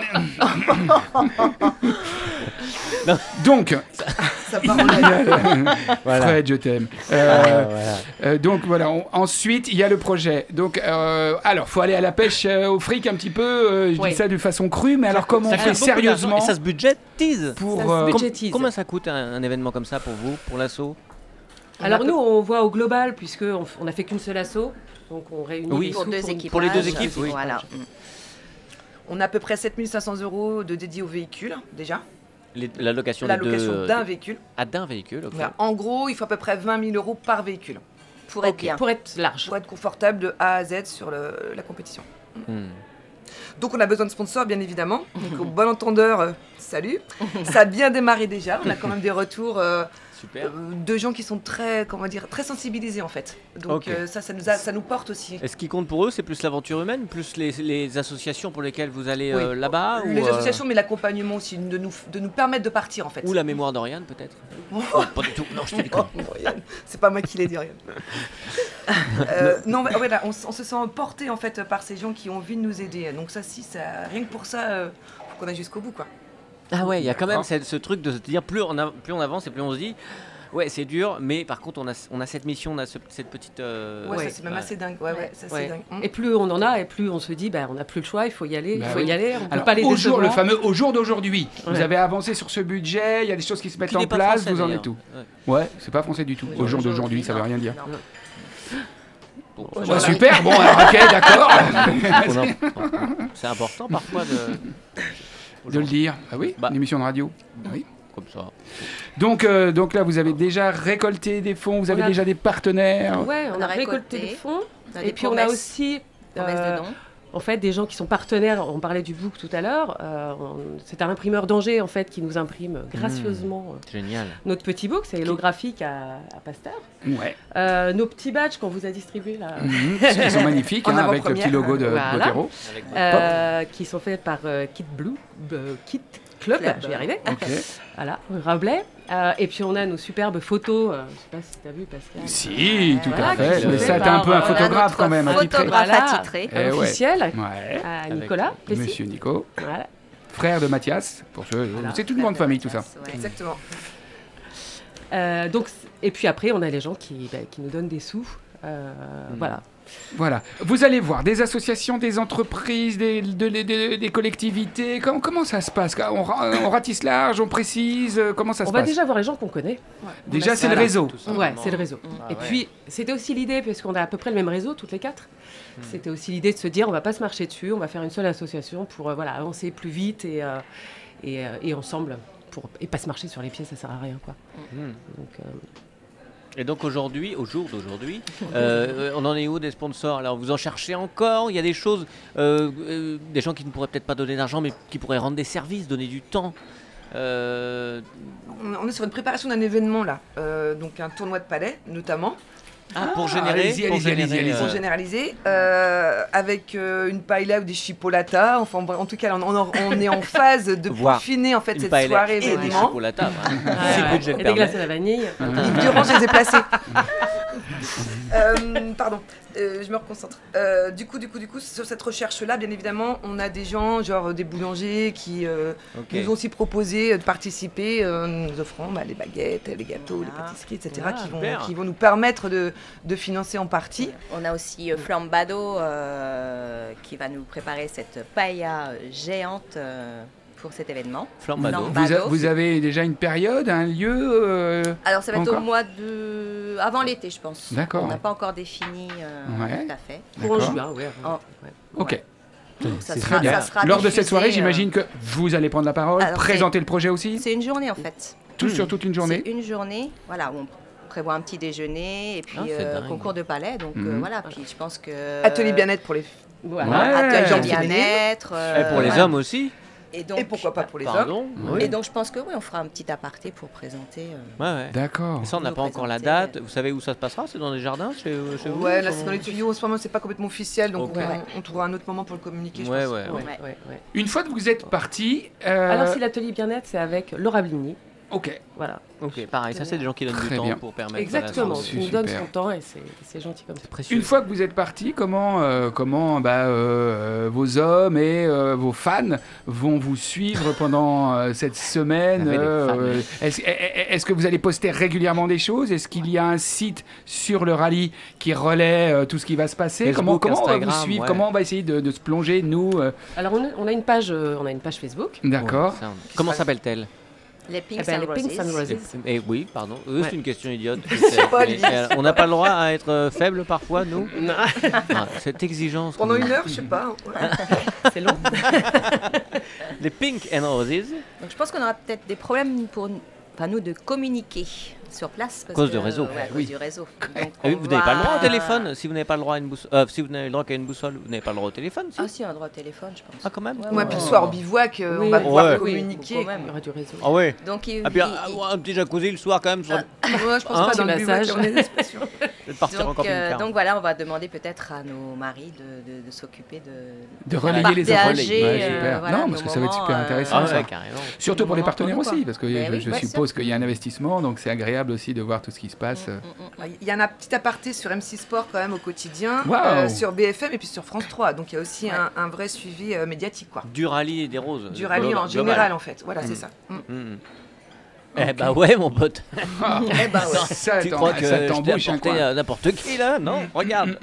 Speaker 2: [LAUGHS]
Speaker 3: est- Donc, Fred, je t'aime. Euh, euh, donc voilà. on- ensuite, il y a le projet. Donc, euh, alors, faut aller à la pêche euh, au fric un petit peu. euh, je
Speaker 5: Oui.
Speaker 3: dis ça de façon crue, mais alors comment on
Speaker 2: Ça
Speaker 3: fait
Speaker 2: coûte beaucoup d'argent
Speaker 3: sérieusement
Speaker 2: Et ça se budgétise.
Speaker 3: pour
Speaker 5: ça se
Speaker 2: Com-
Speaker 3: euh,
Speaker 5: budgétise. budgétise.
Speaker 2: Combien ça coûte un, un événement comme ça pour vous, pour l'assaut
Speaker 5: Alors nous, on voit au global, puisqu'on on n'a fait qu'une seule asso, donc on réunit
Speaker 2: Oui.
Speaker 5: les
Speaker 4: Pour
Speaker 5: sous
Speaker 4: deux
Speaker 5: une-
Speaker 4: équipes.
Speaker 2: pour les deux équipes, oui.
Speaker 4: Voilà.
Speaker 6: On a à peu près 7500 euros de dédiés au véhicule, déjà.
Speaker 2: Les- La location
Speaker 6: la
Speaker 2: des
Speaker 6: location
Speaker 2: deux.
Speaker 6: d'un véhicule.
Speaker 2: Ah, d'un véhicule, ok.
Speaker 6: Voilà. En gros, il faut à peu près 20 000 euros par véhicule
Speaker 4: Pour être bien.
Speaker 5: Pour être large.
Speaker 6: pour être confortable de A à Z sur le- la compétition.
Speaker 2: Hmm.
Speaker 6: Donc on a besoin de sponsors, bien évidemment. Donc au bon entendeur, euh, salut. Ça a bien démarré déjà. On a quand même des retours euh,
Speaker 2: Super.
Speaker 6: euh, de gens qui sont très, comment dire, très sensibilisés en fait. Donc
Speaker 2: Ok.
Speaker 6: euh, ça, ça nous, a- ça nous porte aussi.
Speaker 2: Et ce qui compte pour eux, c'est plus l'aventure humaine, plus les, les associations pour lesquelles vous allez
Speaker 6: Oui.
Speaker 2: euh, là-bas
Speaker 6: Les
Speaker 2: ou, euh,
Speaker 6: associations, mais l'accompagnement aussi, de nous, de nous permettre de partir en fait.
Speaker 2: Ou la mémoire d'Oriane, [LAUGHS] peut-être Oh, Pas du tout. Non, je te
Speaker 6: [LAUGHS] Oh,
Speaker 2: déconne.
Speaker 6: Dorian. C'est pas moi qui l'ai dit, Dorian. Euh, non, mais voilà, on, s- on se sent porté en fait par ces gens qui ont envie de nous aider. Donc ça, si, ça, rien que pour ça, euh, faut qu'on aille jusqu'au bout, quoi.
Speaker 2: [LAUGHS] Ah ouais, il y a quand même
Speaker 3: D'accord.
Speaker 2: cette- ce truc de se dire plus on, av- plus on avance et plus on se dit ouais c'est dur, mais par contre on a, on a cette mission, on a ce- cette petite. euh,
Speaker 6: Ouais, ça, c'est même assez dingue. Ouais, ouais, ça, c'est
Speaker 5: Ouais.
Speaker 6: dingue. Mm.
Speaker 5: Et plus on en a, et plus on se dit, bah, on n'a plus le choix, il faut y aller,
Speaker 3: Bah
Speaker 5: il faut
Speaker 3: oui.
Speaker 5: y aller, on ne peut
Speaker 3: alors,
Speaker 5: pas les
Speaker 3: au jour,
Speaker 5: décevoir.
Speaker 3: le fameux au jour d'aujourd'hui. Vous
Speaker 5: Ouais.
Speaker 3: avez avancé sur ce budget, il y a des choses qui se mettent
Speaker 2: qui
Speaker 3: en
Speaker 2: n'est pas
Speaker 3: place,
Speaker 2: français,
Speaker 3: vous en
Speaker 2: d'ailleurs.
Speaker 3: êtes où
Speaker 2: Ouais.
Speaker 3: Ouais, c'est pas français du tout. au jour d'aujourd'hui, ça veut rien dire.
Speaker 6: Non.
Speaker 2: Bon, [LAUGHS]
Speaker 3: Ouais,
Speaker 2: voilà.
Speaker 3: super, bon, alors,
Speaker 2: [LAUGHS]
Speaker 3: ok, d'accord.
Speaker 2: On en- C'est important parfois de.
Speaker 3: de le dire. Ah oui,
Speaker 2: Bah.
Speaker 3: une émission de radio. Oui.
Speaker 2: Comme ça.
Speaker 3: Donc, euh, donc là, vous avez déjà récolté des fonds, vous avez
Speaker 5: On a-
Speaker 3: déjà des partenaires.
Speaker 5: Ouais, on,
Speaker 4: On
Speaker 5: a
Speaker 4: a
Speaker 5: récolté
Speaker 4: récolté.
Speaker 5: des fonds,
Speaker 4: On a
Speaker 5: et
Speaker 4: des
Speaker 5: puis on a
Speaker 4: promesses-
Speaker 5: aussi...
Speaker 4: promesses
Speaker 5: euh,
Speaker 4: de dons.
Speaker 5: En fait, des gens qui sont partenaires, on parlait du book tout à l'heure, euh, on- c'est un imprimeur d'Angers en fait qui nous imprime
Speaker 3: Hmm.
Speaker 5: gracieusement euh,
Speaker 2: Génial.
Speaker 5: notre petit book, c'est hélographique à, à Pasteur.
Speaker 3: Ouais.
Speaker 5: Euh, nos petits badges qu'on vous a distribués là,
Speaker 3: Mhm, parce qu'ils sont magnifiques,
Speaker 6: En
Speaker 3: hein, avec le
Speaker 6: avant-première.
Speaker 3: petit logo de
Speaker 5: Voilà.
Speaker 3: Botero.
Speaker 5: euh, qui sont faits par euh, Kit Blue, euh, Kit Club,
Speaker 6: Club.
Speaker 5: je vais y arriver.
Speaker 3: Ok.
Speaker 5: Voilà, Rabelais. Euh, et puis on a nos superbes photos, euh, je sais pas si tu as vu Pascal,
Speaker 3: Si, tout
Speaker 5: Voilà,
Speaker 3: à fait.
Speaker 2: qui
Speaker 3: Mais
Speaker 2: se
Speaker 3: ça,
Speaker 2: fait
Speaker 3: t'es un
Speaker 5: par,
Speaker 3: peu un
Speaker 5: euh,
Speaker 4: On a
Speaker 3: photographe
Speaker 4: notre
Speaker 3: quand même, attitré.
Speaker 4: Photographe
Speaker 5: Voilà.
Speaker 4: attitré.
Speaker 3: Eh ouais.
Speaker 5: officielle
Speaker 3: Ouais.
Speaker 5: à
Speaker 2: Avec
Speaker 5: Nicolas Plessis.
Speaker 3: Monsieur Nico,
Speaker 5: Voilà.
Speaker 3: frère de Mathias. Pour ceux, c'est toute une grande famille tout ça.
Speaker 4: Ouais.
Speaker 6: Exactement.
Speaker 5: Euh, donc, c- et puis après, on a les gens qui, bah, qui nous donnent des sous.
Speaker 3: Hmm.
Speaker 5: Euh, Voilà.
Speaker 3: Voilà. Vous allez voir des associations, des entreprises, des, de- de- de- des collectivités. Comment, comment ça se passe Ah, on, ra- on ratisse large, on précise. euh, Comment ça
Speaker 5: On
Speaker 3: se
Speaker 5: va
Speaker 3: passe
Speaker 5: déjà voir les gens qu'on connaît.
Speaker 3: Déjà, c'est le
Speaker 5: Voilà.
Speaker 3: réseau.
Speaker 5: Ouais, c'est le réseau. et puis, c'était aussi l'idée, parce qu'on a à peu près le même réseau, toutes les quatre. C'était aussi l'idée de se dire, on va pas se marcher dessus, on va faire une seule association pour euh, voilà, avancer plus vite et, euh, et, euh, et ensemble. Pour, et pas se marcher sur les pieds, ça sert à rien. Quoi.
Speaker 2: Mhm.
Speaker 5: Donc, euh,
Speaker 2: Et donc aujourd'hui, [LAUGHS] au jour d'aujourd'hui, euh, on en est où des sponsors Alors vous en cherchez encore Il y a des choses, euh, euh, des gens qui ne pourraient peut-être pas donner d'argent, mais qui pourraient rendre des services, donner du temps. Euh,
Speaker 6: On, on est sur une préparation d'un événement là, Euh, donc un tournoi de palais notamment,
Speaker 2: ah, pour générer,
Speaker 3: allez-y,
Speaker 2: pour
Speaker 3: allez-y,
Speaker 2: générer,
Speaker 3: allez-y,
Speaker 2: euh,
Speaker 6: pour généraliser, euh, avec euh, une paella ou des chipolatas. Enfin, bref, en tout cas, on, on- on est en phase de
Speaker 2: [LAUGHS] Voir
Speaker 6: peaufiner en fait
Speaker 2: une
Speaker 6: cette
Speaker 2: paella
Speaker 6: soirée
Speaker 2: et des
Speaker 6: événement.
Speaker 2: chipolatas.
Speaker 5: Ah ouais,
Speaker 2: Si
Speaker 5: ouais.
Speaker 2: budget le
Speaker 5: et des
Speaker 2: permet.
Speaker 5: glaces à la vanille.
Speaker 6: Yves Durand, je les
Speaker 2: [LAUGHS]
Speaker 6: ai placés. Euh, pardon, euh, je me reconcentre. Euh, du coup, du coup, du coup, sur cette recherche-là, bien évidemment, on a des gens, genre euh, des boulangers, qui euh,
Speaker 2: Ok.
Speaker 6: nous ont aussi proposé euh, de participer, euh, nous offrant bah, les baguettes, les gâteaux, les pâtisseries, etc.,
Speaker 5: Ah,
Speaker 6: qui,
Speaker 2: super.
Speaker 6: vont, qui vont nous permettre de, de financer en partie.
Speaker 4: On a aussi euh, Flambado euh, qui va nous préparer cette paella euh, géante euh, pour cet événement.
Speaker 2: Flambado.
Speaker 4: Non.
Speaker 3: Vous, a-
Speaker 4: Bado.
Speaker 3: vous avez déjà une période, un lieu euh,
Speaker 4: Alors ça va être
Speaker 3: Encore
Speaker 4: au mois de... avant l'été je pense.
Speaker 3: D'accord,
Speaker 4: On n'a
Speaker 3: ouais.
Speaker 4: pas encore défini euh,
Speaker 3: Ouais.
Speaker 4: tout à fait.
Speaker 5: Pour en
Speaker 3: D'accord.
Speaker 5: juin, ouais.
Speaker 4: Oh.
Speaker 5: ouais.
Speaker 3: Ok.
Speaker 4: Donc, ça
Speaker 3: Très
Speaker 4: sera,
Speaker 3: bien.
Speaker 4: Ah, ça sera
Speaker 3: Lors de cette
Speaker 4: diffusé,
Speaker 3: soirée,
Speaker 4: euh,
Speaker 3: j'imagine que vous allez prendre la parole,
Speaker 4: Alors,
Speaker 3: présenter le projet aussi,
Speaker 4: C'est une journée en fait.
Speaker 3: tout sur toute une journée.
Speaker 4: Hmm. C'est une journée, voilà, où on prévoit un petit déjeuner et puis
Speaker 2: Ah, c'est
Speaker 4: euh,
Speaker 2: dingue.
Speaker 4: concours de palais. Donc euh,
Speaker 3: Mhm.
Speaker 4: voilà, puis je pense que...
Speaker 6: Atelier bien-être pour les
Speaker 5: Voilà.
Speaker 3: Ouais.
Speaker 4: Atelier
Speaker 6: Atelier
Speaker 4: bien-être.
Speaker 2: Et pour les
Speaker 4: euh,
Speaker 2: hommes aussi
Speaker 4: Et donc,
Speaker 6: Et pourquoi pas pour les hommes
Speaker 2: bah, Pardon
Speaker 3: Oui.
Speaker 4: Et donc je pense que oui, on fera un petit aparté pour présenter. euh,
Speaker 2: Ouais, ouais.
Speaker 3: D'accord.
Speaker 2: Et ça, on n'a
Speaker 4: Vous
Speaker 2: pas encore la
Speaker 4: présentez-
Speaker 2: date. Vous savez où ça se passera C'est dans les jardins chez, chez vous
Speaker 6: Ouais, là
Speaker 2: sur-
Speaker 6: c'est dans les tuyaux. En ce moment, c'est pas complètement officiel,
Speaker 2: Ok.
Speaker 6: donc on- on, trouvera un autre moment pour le communiquer. je
Speaker 2: Ouais,
Speaker 6: pense.
Speaker 2: ouais, ouais.
Speaker 5: Ouais, ouais, ouais.
Speaker 3: Une fois que vous êtes parti. euh,
Speaker 5: Alors, si l'atelier bien-être, c'est avec Laura Bligny.
Speaker 3: Ok.
Speaker 5: Voilà.
Speaker 2: Ok, pareil, ça c'est des gens qui donnent
Speaker 3: Très
Speaker 2: du
Speaker 3: bien.
Speaker 2: temps pour permettre.
Speaker 5: Exactement.
Speaker 2: voilà,
Speaker 5: On
Speaker 3: Super.
Speaker 5: donne son temps et c'est c'est gentil comme ça.
Speaker 2: c'est précieux.
Speaker 3: Une fois que vous êtes parti, comment, euh, comment bah, euh, euh, vos hommes et euh, vos fans vont
Speaker 2: [LAUGHS]
Speaker 3: vous suivre pendant euh, cette semaine
Speaker 2: Ah oui, les
Speaker 3: euh,
Speaker 2: fans.
Speaker 3: euh, Est-ce est- est-ce que vous allez poster régulièrement des choses Est-ce qu'il y a un site sur le rallye qui relaie euh, tout ce qui va se passer
Speaker 2: Facebook,
Speaker 3: Comment, comment on va vous
Speaker 2: Instagram,
Speaker 3: suivre
Speaker 2: ouais.
Speaker 3: Comment on va essayer de, de se plonger, nous euh,
Speaker 5: Alors, on a, on a une page, euh, on a une page Facebook.
Speaker 3: D'accord
Speaker 2: Ouais, ça, on- Comment s'appelle-t-elle
Speaker 4: Les
Speaker 5: Eh
Speaker 4: Pink
Speaker 5: ben, les Pink Sun Roses.
Speaker 2: Eh oui, pardon. Euh,
Speaker 5: Ouais.
Speaker 2: C'est une question idiote. je sais,
Speaker 6: pas,
Speaker 2: mais,
Speaker 6: Olivier.
Speaker 2: euh, on n'a pas le droit à être euh, faible parfois, nous Ah, Cette exigence.
Speaker 6: Pendant
Speaker 2: qu'on a.
Speaker 6: une heure, je sais pas. hein.
Speaker 2: Ah.
Speaker 6: Ouais.
Speaker 5: C'est long.
Speaker 2: Les Pink and Roses,
Speaker 4: Donc je pense qu'on aura peut-être des problèmes pour enfin, nous de communiquer sur place. Parce
Speaker 2: Cause
Speaker 4: que,
Speaker 2: de réseau.
Speaker 4: ouais,
Speaker 2: Eh
Speaker 4: cause
Speaker 2: oui.
Speaker 4: du réseau. Donc,
Speaker 2: Ah oui,
Speaker 4: on
Speaker 2: vous n'avez pas le droit au
Speaker 4: va- Ah,
Speaker 2: téléphone. Si vous n'avez pas le droit à une boussole, euh, si vous n'avez le droit qu'à une boussole, vous n'avez pas le droit au téléphone. si
Speaker 4: Ah si, on a le droit au téléphone, je pense.
Speaker 2: Ah, quand même.
Speaker 6: Ouais,
Speaker 4: ouais.
Speaker 6: puis le soir au bivouac, euh, on va
Speaker 5: Oui.
Speaker 6: pouvoir
Speaker 2: Ouais.
Speaker 6: communiquer.
Speaker 4: Oui, quand
Speaker 5: Il y
Speaker 4: même.
Speaker 5: aura du réseau.
Speaker 2: Ah ouais.
Speaker 4: Donc il,
Speaker 2: Ah puis un,
Speaker 4: il- il-
Speaker 2: un petit jacuzzi le soir quand même, sur...
Speaker 6: Moi, je pense
Speaker 2: Hein,
Speaker 6: pas
Speaker 5: petit
Speaker 6: dans le bivouac,
Speaker 5: massage.
Speaker 6: on est d'expression.
Speaker 2: peut-être partir
Speaker 4: donc,
Speaker 2: encore plus
Speaker 4: euh,
Speaker 2: tard.
Speaker 4: donc voilà, on va demander peut-être à nos maris de, de- de s'occuper de,
Speaker 3: De relayer les infos.
Speaker 4: partager,
Speaker 3: Ouais,
Speaker 4: euh,
Speaker 3: super.
Speaker 4: voilà,
Speaker 3: non,
Speaker 4: nos
Speaker 3: parce que ça va être super
Speaker 4: moments, euh,
Speaker 3: intéressant.
Speaker 2: ah ouais,
Speaker 3: ça.
Speaker 2: carrément.
Speaker 3: Surtout pour les
Speaker 4: Moment
Speaker 3: partenaires
Speaker 4: entre nous,
Speaker 3: aussi,
Speaker 4: quoi.
Speaker 3: parce que
Speaker 4: Mais
Speaker 3: je,
Speaker 4: oui,
Speaker 3: je
Speaker 4: bien sûr.
Speaker 3: suppose qu'il y a un investissement, donc c'est agréable aussi de voir tout ce qui se passe. euh,
Speaker 6: Il y a un petit aparté sur M6 Sport quand même au quotidien,
Speaker 3: Wow.
Speaker 6: euh, sur BFM et puis sur France 3. Donc il y a aussi un, un vrai suivi euh, médiatique, quoi.
Speaker 2: Du rallye et des roses.
Speaker 6: Du rallye en
Speaker 2: Euh, Global.
Speaker 6: général, en fait. Voilà, c'est ça. Mm.
Speaker 2: Mhm. Eh bah ouais, mon pote.
Speaker 6: Eh [LAUGHS] ben, ouais.
Speaker 3: Ça
Speaker 2: tu
Speaker 3: t'en-
Speaker 2: crois que
Speaker 3: Euh, ça hein,
Speaker 2: je t'ai
Speaker 3: t'embouche un
Speaker 2: apporté
Speaker 3: coin.
Speaker 2: à n'importe qui là Non, regarde.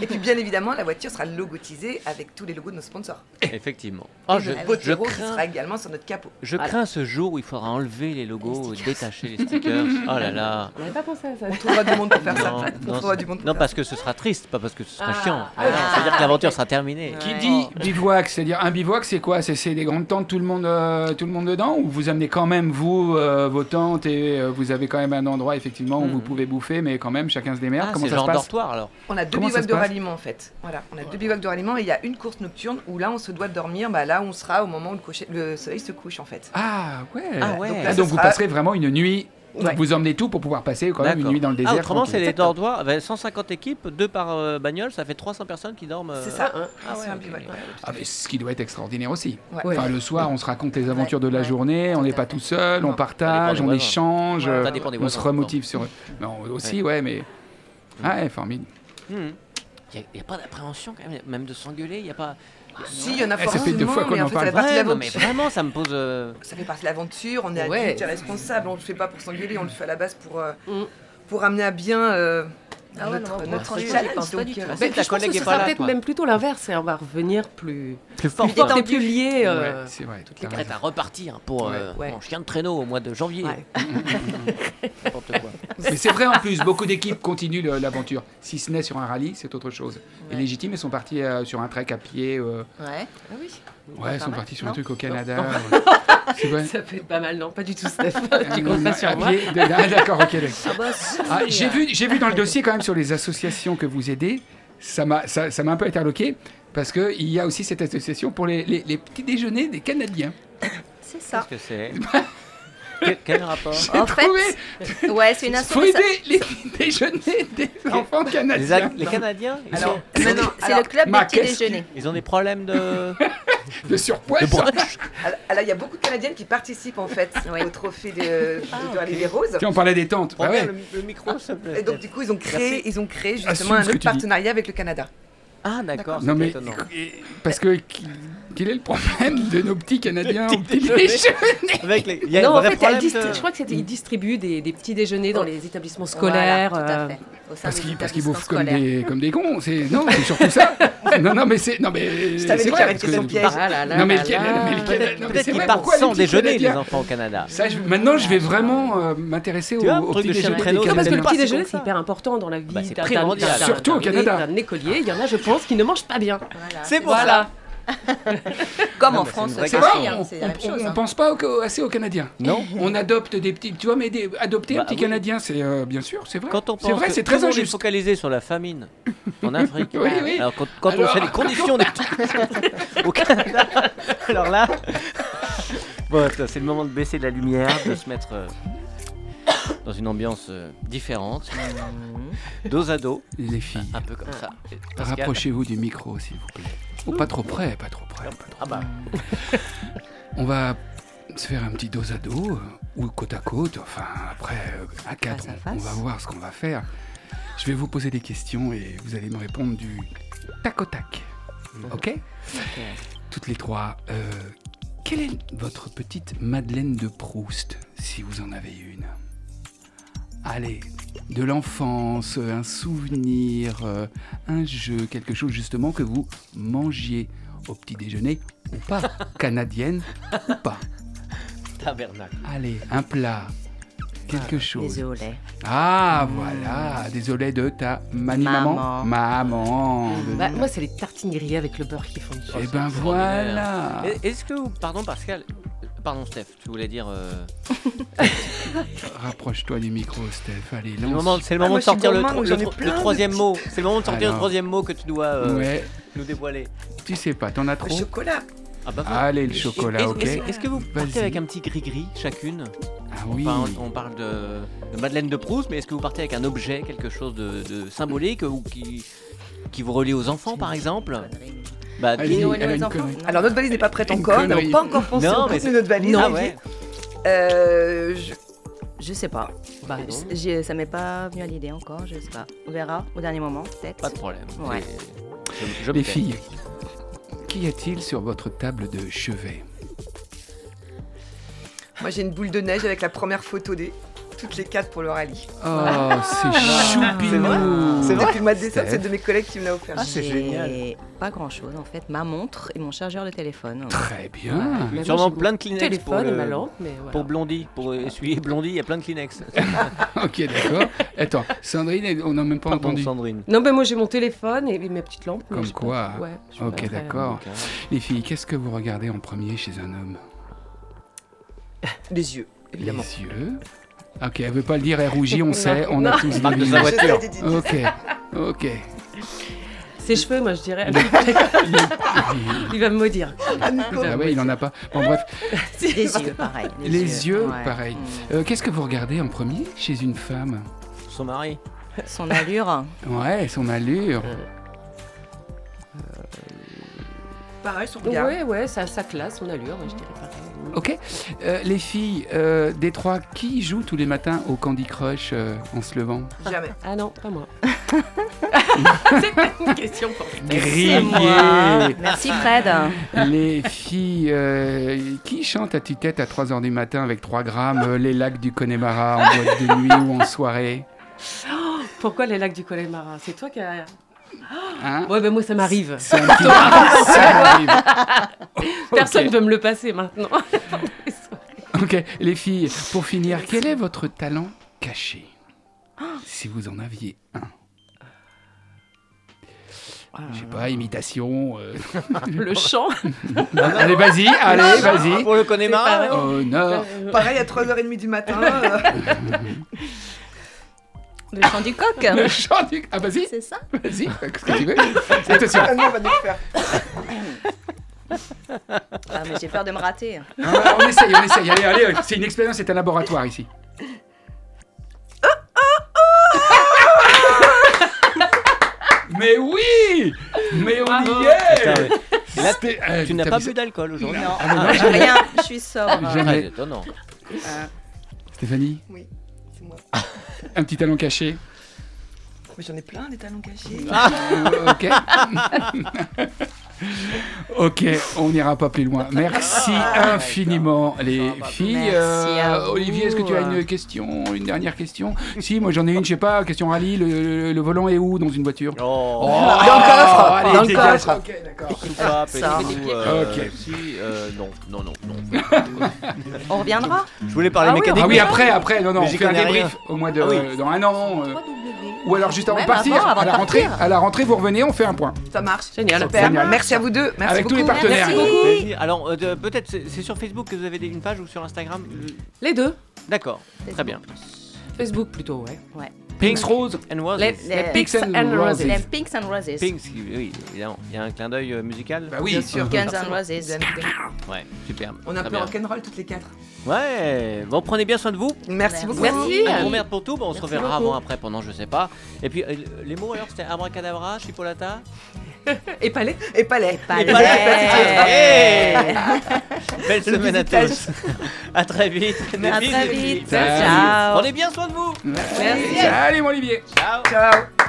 Speaker 6: Et puis bien évidemment, la voiture sera logotisée avec tous les logos de nos sponsors.
Speaker 2: Effectivement. Ah, je,
Speaker 6: Et notre
Speaker 2: je
Speaker 6: Botero qui
Speaker 2: crains,
Speaker 6: sera également sur notre capot.
Speaker 2: je crains ce jour où il faudra enlever les logos, détacher les stickers. Oh là là.
Speaker 5: On n'avait pas pensé à ça.
Speaker 6: On trouvera du monde pour faire
Speaker 2: Non,
Speaker 6: ça. On
Speaker 2: non,
Speaker 6: trouvera du monde pour
Speaker 2: non,
Speaker 6: faire
Speaker 2: parce que ce sera triste, pas parce que ce sera
Speaker 5: Ah.
Speaker 2: chiant.
Speaker 5: Ah.
Speaker 2: Voilà, C'est-à-dire que l'aventure sera terminée. Ah,
Speaker 3: Qui
Speaker 4: Ouais.
Speaker 3: dit bivouac, c'est-à-dire un bivouac, c'est quoi C'est- C'est des grandes tentes, tout le monde, euh, tout le monde dedans, ou vous amenez quand même vous euh, vos tentes et euh, vous avez quand même un endroit effectivement où
Speaker 2: Mhm.
Speaker 3: vous pouvez bouffer, mais quand même chacun se
Speaker 2: Ah,
Speaker 3: démerde. Comment
Speaker 2: c'est
Speaker 3: ça se
Speaker 2: genre
Speaker 3: passe
Speaker 2: dortoir alors.
Speaker 6: ça. On a deux
Speaker 3: Comment ça
Speaker 6: bivouacs
Speaker 3: se
Speaker 6: de
Speaker 3: passe
Speaker 6: ralliement en fait. Voilà, on a deux bivouacs de ralliement et il y a une course nocturne où là on se doit de dormir, bah, là où on sera au moment où le, coucher- le soleil se couche en fait.
Speaker 3: Ah ouais.
Speaker 2: Ah ouais.
Speaker 3: Donc,
Speaker 6: là, ce
Speaker 3: vous
Speaker 6: sera-
Speaker 3: passerez vraiment une nuit.
Speaker 6: Ouais.
Speaker 3: Vous emmenez tout pour pouvoir passer quand même une
Speaker 2: D'accord.
Speaker 3: nuit dans le désert.
Speaker 2: Ah, autrement,
Speaker 3: tranquille.
Speaker 2: c'est les dortoirs. avec 150 équipes, deux par euh, bagnole, ça fait 300 personnes qui dorment. euh,
Speaker 6: C'est ça.
Speaker 2: Ah
Speaker 6: C'est
Speaker 2: ouais,
Speaker 6: un
Speaker 2: ok.
Speaker 6: bivouac, ouais.
Speaker 3: Ah, mais ce qui doit être extraordinaire aussi.
Speaker 6: Ouais.
Speaker 3: Enfin, le soir, on se raconte les aventures
Speaker 4: Ouais,
Speaker 3: de la
Speaker 4: ouais.
Speaker 3: journée, on
Speaker 4: Tout
Speaker 3: n'est
Speaker 4: à
Speaker 3: pas
Speaker 4: fait.
Speaker 3: tout seul, on
Speaker 6: Non.
Speaker 3: partage,
Speaker 2: Ça dépend
Speaker 3: on
Speaker 2: des
Speaker 3: échange,
Speaker 6: Ouais.
Speaker 3: euh,
Speaker 2: Ça dépend des
Speaker 3: on se
Speaker 2: voisins,
Speaker 3: remotive sur eux. Non, aussi, ouais, mais. Ah, ouais, formidable.
Speaker 2: Hmm. Il n'y a, pas d'appréhension quand même, même de s'engueuler, il n'y a pas... y a-
Speaker 6: Si, il y en a
Speaker 3: Eh, ça fait deux
Speaker 6: forcément,
Speaker 3: fois qu'on
Speaker 6: mais
Speaker 3: en
Speaker 6: en fait, ça
Speaker 3: parle.
Speaker 6: fait
Speaker 2: Ouais,
Speaker 6: partie de
Speaker 2: non, mais
Speaker 6: l'aventure.
Speaker 2: vraiment, ça me pose... euh,
Speaker 6: Ça fait partie de l'aventure, on est
Speaker 5: Ouais.
Speaker 6: adulte et responsable, on le fait pas pour s'engueuler, on le fait à la base pour, euh,
Speaker 5: Mm.
Speaker 6: pour amener à bien euh,
Speaker 4: Ah ouais, non,
Speaker 6: notre,
Speaker 4: moi,
Speaker 6: notre
Speaker 4: franchement, j'y
Speaker 6: challenge.
Speaker 4: pense pas
Speaker 6: donc,
Speaker 4: du
Speaker 6: euh,
Speaker 4: tout.
Speaker 2: C'est
Speaker 5: Mais
Speaker 2: ta
Speaker 5: Ben, je pense
Speaker 2: collègue
Speaker 5: que
Speaker 2: est
Speaker 5: ce
Speaker 2: pas là,
Speaker 5: sera peut-être
Speaker 2: quoi.
Speaker 5: même plutôt l'inverse, et on va revenir plus,
Speaker 2: Plus fort,
Speaker 5: plus
Speaker 2: fort.
Speaker 5: fort et plus lié. euh,
Speaker 3: Ouais, c'est vrai. tout à
Speaker 2: Prête à repartir pour euh,
Speaker 5: Ouais.
Speaker 2: mon chien de traîneau au mois de
Speaker 5: [LAUGHS]
Speaker 2: janvier.
Speaker 5: Ouais.
Speaker 2: N'importe quoi.
Speaker 3: Mais c'est vrai en plus, beaucoup d'équipes continuent le- l'aventure. Si ce n'est sur un rallye, c'est autre chose. Les
Speaker 4: Ouais.
Speaker 3: légitimes, elles sont partis sur un trek à pied. euh,
Speaker 4: Ouais.
Speaker 5: Ah oui,
Speaker 3: Ouais, elles sont
Speaker 4: mal.
Speaker 3: partis sur un
Speaker 4: Non.
Speaker 3: truc au Canada. C'est vrai.
Speaker 5: Ah, ça peut être pas mal, non Pas du tout,
Speaker 2: [LAUGHS]
Speaker 5: Steph. tu comptes pas
Speaker 3: À
Speaker 5: sur moi.
Speaker 3: pied, de- Ah, d'accord, ok. d'accord.
Speaker 4: Ah bah, si. [LAUGHS]
Speaker 3: Ah, j'ai vu, j'ai vu dans le dossier quand même sur les associations que vous aidez, ça m'a, ça, ça m'a un peu interloqué parce que il y a aussi cette association pour les, les- les petits déjeuners des Canadiens.
Speaker 4: C'est ça.
Speaker 3: [LAUGHS]
Speaker 2: Qu'est-ce que c'est [LAUGHS] Quel- Quel rapport
Speaker 4: En fait, ouais, c'est une
Speaker 3: Il faut
Speaker 4: association.
Speaker 3: aider les petits déjeuners des enfants
Speaker 2: les, Ac-
Speaker 3: canadiens.
Speaker 2: les Canadiens ils,
Speaker 6: Alors,
Speaker 2: sont-
Speaker 4: C'est
Speaker 6: maintenant,
Speaker 4: le club
Speaker 3: ma
Speaker 4: des petits
Speaker 3: qu'est-ce
Speaker 4: déjeuners.
Speaker 2: ils ont des problèmes de,
Speaker 3: De surpoids.
Speaker 2: de
Speaker 3: ça.
Speaker 2: broche
Speaker 6: Alors, alors, il y a beaucoup de Canadiennes qui participent en fait
Speaker 4: Ouais.
Speaker 6: au trophée de, de Rallye des Roses.
Speaker 3: Tiens, on parlait des tentes. Bah
Speaker 2: Prends bien
Speaker 3: ouais.
Speaker 2: le, le micro, s'il te plaît.
Speaker 6: Et donc du coup, ils ont créé, ils ont créé justement
Speaker 3: Assume ce
Speaker 6: un
Speaker 3: que
Speaker 6: autre
Speaker 3: tu dis.
Speaker 6: partenariat avec le Canada.
Speaker 2: Ah, d'accord,
Speaker 3: Non
Speaker 2: c'est
Speaker 3: mais
Speaker 2: étonnant.
Speaker 3: éc- parce que qui- quel est le problème de nos petits Canadiens
Speaker 2: petits
Speaker 3: aux petits
Speaker 2: déjeuners.
Speaker 3: déjeuners
Speaker 2: Avec les- Il y a un
Speaker 5: non, en
Speaker 2: Eh, vrai
Speaker 5: fait, elle
Speaker 2: problème
Speaker 5: dist-
Speaker 2: de- Mm.
Speaker 5: je crois que c'était ils distribuent des, des petits déjeuners dans les établissements scolaires.
Speaker 4: Voilà, tout à
Speaker 5: euh,
Speaker 4: fait. Au sein
Speaker 3: Parce
Speaker 4: des
Speaker 3: qu'ils parce qu'ils
Speaker 4: établissements
Speaker 3: bouffent comme
Speaker 4: scolaires.
Speaker 3: des comme des cons. C'est [LAUGHS] non, c'est surtout ça. Non non mais c'est non mais
Speaker 6: Je
Speaker 3: c'est
Speaker 6: t'avais dit
Speaker 3: vrai,
Speaker 6: qu'il y avait
Speaker 3: parce que-
Speaker 6: son piège.
Speaker 5: Ah là là
Speaker 3: Non, mais
Speaker 5: là
Speaker 3: le Canada-
Speaker 5: là.
Speaker 3: mais le Canada- non, mais
Speaker 2: Peut-être
Speaker 3: c'est
Speaker 2: qu'ils
Speaker 3: vrai,
Speaker 2: partent
Speaker 3: pourquoi les
Speaker 2: sans
Speaker 3: petits
Speaker 2: déjeuner, les
Speaker 3: Canadiens
Speaker 2: enfants au Canada.
Speaker 3: Ça, je- maintenant, je vais vraiment euh, m'intéresser au,
Speaker 2: Tu vois,
Speaker 3: au
Speaker 2: truc
Speaker 3: petit
Speaker 2: de chien
Speaker 3: déjeuner des
Speaker 2: traîneau,
Speaker 5: Non, parce que le
Speaker 2: Canada.
Speaker 3: Canadiens.
Speaker 5: petit
Speaker 2: C'est
Speaker 5: déjeuner,
Speaker 2: comme
Speaker 5: c'est
Speaker 2: ça.
Speaker 5: hyper important dans la vie
Speaker 2: Bah, c'est
Speaker 5: d'un- d'un-
Speaker 2: primordial.
Speaker 5: d'un-
Speaker 3: Surtout au
Speaker 5: d'un-
Speaker 3: Canada.
Speaker 5: d'un écolier. Il y en a, je pense, qui ne mangent pas bien.
Speaker 4: Voilà,
Speaker 2: C'est pour
Speaker 5: Voilà.
Speaker 4: Comme
Speaker 2: Non,
Speaker 4: en
Speaker 2: mais c'est
Speaker 4: France,
Speaker 2: une
Speaker 4: c'est
Speaker 2: vraie
Speaker 3: C'est vrai,
Speaker 4: pareil, hein,
Speaker 3: on,
Speaker 4: c'est la même
Speaker 3: on-
Speaker 4: chose.
Speaker 3: on
Speaker 4: hein.
Speaker 3: pense pas au- assez aux Canadiens.
Speaker 2: Non.
Speaker 3: On adopte des petits, tu vois, mais des- adopter un
Speaker 2: Bah
Speaker 3: petit
Speaker 2: oui.
Speaker 3: Canadien, c'est euh, bien sûr, c'est vrai.
Speaker 2: Quand on pense
Speaker 3: c'est vrai,
Speaker 2: que
Speaker 3: c'est
Speaker 2: tout le
Speaker 3: très
Speaker 2: monde est
Speaker 3: injuste.
Speaker 2: focalisé sur la famine en Afrique,
Speaker 3: Oui, oui.
Speaker 2: alors quand, quand [LAUGHS]
Speaker 3: Alors-
Speaker 2: on sait les conditions des au Canada, Alors là. Bon, attends, c'est le moment de baisser la lumière, de se mettre euh, dans une ambiance euh, différente, dos à dos,
Speaker 3: Les filles,
Speaker 2: un peu comme ça. Et Pascal-
Speaker 3: rapprochez-vous du micro, s'il vous plaît. Oh, pas trop près, pas trop près. pas trop
Speaker 2: Ah bah,
Speaker 3: près. On va se faire un petit dos à dos, euh, ou côte à côte, enfin, après, euh, à quatre,
Speaker 1: Face à
Speaker 3: on, on
Speaker 1: face.
Speaker 3: va voir ce qu'on va faire. Je vais vous poser des questions et vous allez me répondre du tac au tac. Ok Toutes les trois, euh, quelle est votre petite Madeleine de Proust, si vous en avez une Allez, de l'enfance, un souvenir, euh, un jeu, quelque chose justement que vous mangiez au petit déjeuner ou
Speaker 1: [LAUGHS]
Speaker 3: pas, canadienne ou pas.
Speaker 2: tabernacle.
Speaker 3: Allez, un plat, quelque chose.
Speaker 4: Les œufs au lait.
Speaker 3: Ah voilà, désolé de ta mani maman.
Speaker 4: Maman.
Speaker 3: Maman.
Speaker 5: Bah, moi, c'est les tartines grillées avec le beurre qui font du
Speaker 3: Eh
Speaker 2: Oh,
Speaker 3: ben voilà.
Speaker 2: Et- Est-ce que vous. Pardon, Pascal. Pardon, Steph, tu voulais dire. euh,
Speaker 3: Rapproche-toi du micro, Steph. Allez,
Speaker 2: C'est le
Speaker 3: lance.
Speaker 2: moment, c'est le moment
Speaker 6: moi,
Speaker 2: de
Speaker 6: je suis
Speaker 2: sortir le,
Speaker 6: gourmand,
Speaker 2: tro-
Speaker 6: j'en
Speaker 2: le
Speaker 6: ai
Speaker 2: tro- le
Speaker 6: plein de
Speaker 2: troisième mot. C'est le moment de sortir
Speaker 3: Alors.
Speaker 2: le troisième mot que tu dois euh,
Speaker 3: Ouais,
Speaker 2: nous dévoiler.
Speaker 3: tu sais pas, t'en as
Speaker 6: Le
Speaker 3: trop.
Speaker 6: chocolat.
Speaker 2: Ah bah, voilà.
Speaker 3: Allez, le
Speaker 2: Est-
Speaker 3: chocolat,
Speaker 2: est-
Speaker 3: ok.
Speaker 2: Est-ce est-ce que vous partez
Speaker 3: Vas-y.
Speaker 2: avec un petit gris-gris chacune
Speaker 3: Ah
Speaker 2: On
Speaker 3: oui.
Speaker 2: parle, on parle de, de Madeleine de Proust, mais est-ce que vous partez avec un objet, quelque chose de, de symbolique ou qui, qui vous relie aux enfants par exemple Bah,
Speaker 3: Allez,
Speaker 4: Noël
Speaker 3: elle a
Speaker 4: aux
Speaker 3: une
Speaker 4: enfants
Speaker 3: connerie.
Speaker 4: Non.
Speaker 6: Alors notre valise n'est pas prête
Speaker 3: Une
Speaker 6: encore, nous
Speaker 3: connerie.
Speaker 6: n'avons pas encore pensé
Speaker 2: Non,
Speaker 6: au
Speaker 2: mais
Speaker 6: contenu
Speaker 2: c'est-
Speaker 6: de notre valise.
Speaker 2: ah ouais.
Speaker 6: Euh, je-
Speaker 4: Je sais pas.
Speaker 2: Bah, non,
Speaker 4: Je- j'ai- ça m'est pas venu à l'idée encore, je sais pas. On verra au dernier moment, peut-être.
Speaker 3: Ah,
Speaker 2: pas de problème.
Speaker 4: Ouais.
Speaker 2: C'est- Je, je me
Speaker 3: Les
Speaker 2: tais.
Speaker 3: filles, qu'y a-t-il sur votre table de chevet
Speaker 6: Moi j'ai une boule de neige avec la première photo des toutes les quatre pour le rallye.
Speaker 3: Oh, c'est choupinou
Speaker 6: C'est depuis le mois de décembre,
Speaker 3: Steph.
Speaker 6: c'est de mes collègues qui me l'a offert.
Speaker 2: Ah, c'est
Speaker 4: J'ai
Speaker 2: génial.
Speaker 4: Pas grand-chose en fait. Ma montre et mon chargeur de
Speaker 3: [LAUGHS]
Speaker 4: téléphone.
Speaker 3: Très bien.
Speaker 2: Sûrement plein de Kleenex
Speaker 5: téléphone
Speaker 2: pour,
Speaker 5: et
Speaker 2: le-
Speaker 5: ma lampe, mais voilà.
Speaker 2: pour Blondie, pour essuyer Blondie, il y a plein de Kleenex.
Speaker 3: Ok, d'accord. Attends, Sandrine, on n'a même [LAUGHS] pas
Speaker 2: Pardon
Speaker 3: entendu.
Speaker 2: Sandrine.
Speaker 5: Non, mais moi j'ai mon téléphone et, et mes petites lampes. mais
Speaker 3: Comme
Speaker 5: je sais pas-
Speaker 3: quoi.
Speaker 5: ouais, je suis pas
Speaker 3: Ok,
Speaker 5: très-
Speaker 3: d'accord.
Speaker 2: Ok.
Speaker 3: Les filles, qu'est-ce que vous regardez en premier chez un homme
Speaker 6: Les yeux, évidemment.
Speaker 3: Les yeux. Ok, elle veut pas le dire, elle rougit, on sait, on a tous
Speaker 2: Marque de
Speaker 3: des
Speaker 2: sa
Speaker 3: yeux.
Speaker 2: voiture.
Speaker 3: Ok, ok.
Speaker 5: Ses cheveux, moi je dirais.
Speaker 3: Ah
Speaker 5: [LAUGHS] Il va me maudire.
Speaker 3: ouais, il en a pas. Bon, bref.
Speaker 4: Les yeux, pareil.
Speaker 3: Les yeux,
Speaker 4: ouais.
Speaker 3: pareil.
Speaker 4: Mm.
Speaker 3: Euh, qu'est-ce que vous regardez en premier chez une femme
Speaker 2: Son mari.
Speaker 4: Son allure.
Speaker 3: Ouais, son allure.
Speaker 6: Pareil, son regard.
Speaker 5: Ouais, ouais, ça, ça classe son allure, moi je dirais pareil.
Speaker 3: Ok. Euh, les filles, euh, des trois, qui joue tous les matins au Candy Crush euh, en se levant
Speaker 6: Jamais.
Speaker 5: Ah non, pas [LAUGHS] moi. C'est pas une question pour
Speaker 4: C'est moi. Merci Fred.
Speaker 3: Les filles, euh, qui chante à tue-tête à 3h du matin avec 3 grammes euh, les lacs du Connemara en boîte de nuit ou en soirée
Speaker 5: Pourquoi les lacs du Connemara C'est toi qui as.
Speaker 3: Hein
Speaker 5: Ouais, ben moi ça m'arrive.
Speaker 3: C'est un
Speaker 4: [LAUGHS]
Speaker 3: petit... Ça arrive.
Speaker 5: Personne ne veut me le passer [LAUGHS] maintenant.
Speaker 3: Ok, les filles, pour finir, quel est votre talent caché Si vous en aviez un. Je sais pas, imitation. euh,
Speaker 5: le chant.
Speaker 3: Allez, vas-y, allez, Eh, vas-y.
Speaker 2: Ah, Pour le Connemara.
Speaker 5: pareil.
Speaker 3: Honneur.
Speaker 5: euh,
Speaker 6: Pareil à 3h30 du matin. euh,
Speaker 3: [LAUGHS]
Speaker 4: Le chant du coq.
Speaker 3: Le chant du... Ah, vas-y,
Speaker 4: C'est ça
Speaker 3: vas-y, qu'est-ce que tu veux Attention.
Speaker 6: Annie, on va nous le faire.
Speaker 4: Ah, mais j'ai peur de me rater.
Speaker 3: Ah, on essaye, on essaye. Allez, allez, c'est une expérience, c'est un laboratoire ici. Mais oui Mais on y
Speaker 2: Ah. Putain,
Speaker 3: est
Speaker 2: mais Et là,
Speaker 3: C'était- euh,
Speaker 2: tu n'as
Speaker 3: t'as
Speaker 2: pas
Speaker 3: vu
Speaker 2: bu d'alcool aujourd'hui. Ah,
Speaker 4: Non,
Speaker 3: mais moi, j'ai-
Speaker 4: rien, je suis sobre.
Speaker 3: J'ai- Jamais.
Speaker 2: Très étonnant.
Speaker 3: ça Stéphanie
Speaker 6: Oui, c'est moi.
Speaker 3: Ah. Un petit talon caché
Speaker 6: Mais j'en ai plein des talons cachés.
Speaker 3: Euh, Ok. [LAUGHS] ok, on n'ira pas plus loin. Merci
Speaker 4: Ah,
Speaker 3: infiniment, les filles. Euh,
Speaker 4: Merci à vous.
Speaker 3: Olivier, est-ce que tu as une question Une dernière question Si, moi j'en ai une, je sais pas, question rallye. Le, le volant est où dans une voiture
Speaker 2: Oh, ah.
Speaker 3: coffre
Speaker 6: dans le coffre.
Speaker 3: Ok, d'accord.
Speaker 2: soupape et
Speaker 4: Ça.
Speaker 2: tout, euh,
Speaker 3: Ok.
Speaker 2: Si, euh, non, non, non, non.
Speaker 4: On reviendra
Speaker 2: Je voulais parler
Speaker 5: Ah oui,
Speaker 2: mécanique.
Speaker 3: Ah oui,
Speaker 2: mais-
Speaker 3: après, après, non, non,
Speaker 2: Mais
Speaker 3: on
Speaker 2: j'y
Speaker 3: fait un
Speaker 2: connais
Speaker 3: débrief
Speaker 2: rien.
Speaker 3: au moins de,
Speaker 2: Ah oui.
Speaker 3: euh, dans un an. euh, ou alors juste avant de
Speaker 4: Même
Speaker 3: partir,
Speaker 4: avant, avant
Speaker 3: à la
Speaker 4: de
Speaker 3: rentrée.
Speaker 4: partir.
Speaker 3: À la rentrée, vous revenez, on fait un point.
Speaker 6: Ça marche.
Speaker 5: Génial.
Speaker 6: Super.
Speaker 3: Génial.
Speaker 6: Merci à vous deux. Merci
Speaker 3: Avec tous les
Speaker 6: beaucoup.
Speaker 3: partenaires.
Speaker 4: Merci beaucoup.
Speaker 2: Vas-y, Alors, euh, de- peut-être, c'est c'est sur Facebook que vous avez des- une page ou sur Instagram
Speaker 5: Les deux.
Speaker 2: D'accord, très bien.
Speaker 5: Facebook plutôt, ouais.
Speaker 4: Ouais.
Speaker 3: Pink's Rose.
Speaker 2: and Roses.
Speaker 5: Les,
Speaker 4: Les
Speaker 5: les Pigs
Speaker 3: Pigs and
Speaker 5: and Roses.
Speaker 4: Les Pinks and Roses.
Speaker 2: Pinks, oui, évidemment. Il y a un clin d'œil euh, musical.
Speaker 3: Bah oui.
Speaker 6: Bien sûr.
Speaker 4: Guns N'
Speaker 6: forcément.
Speaker 4: Roses.
Speaker 6: Bien évidemment.
Speaker 2: Ouais, superbe.
Speaker 6: On a
Speaker 2: Très
Speaker 6: un peu
Speaker 2: bien.
Speaker 6: rock'n'roll toutes les quatre.
Speaker 2: Ouais, bon, prenez bien soin de vous.
Speaker 6: Merci beaucoup.
Speaker 5: Merci.
Speaker 2: Un gros merde pour tout, bon, on se
Speaker 5: Merci
Speaker 2: reverra
Speaker 5: beaucoup.
Speaker 2: avant, après, pendant, je sais pas. Et puis, euh, les mots alors, c'était
Speaker 4: [LAUGHS]
Speaker 2: abracadabra, chipolata.
Speaker 5: Et Palais.
Speaker 6: Et Palais.
Speaker 4: Palais.
Speaker 2: Et palais.
Speaker 4: Palais.
Speaker 2: Belle semaine à tous. [LAUGHS] à très vite. Des
Speaker 4: À
Speaker 2: bisous,
Speaker 4: très
Speaker 2: les filles.
Speaker 4: vite.
Speaker 3: Salut.
Speaker 4: Ciao.
Speaker 2: Prenez bien soin de vous.
Speaker 3: Salut mon Olivier.
Speaker 2: Ciao.
Speaker 6: Ciao.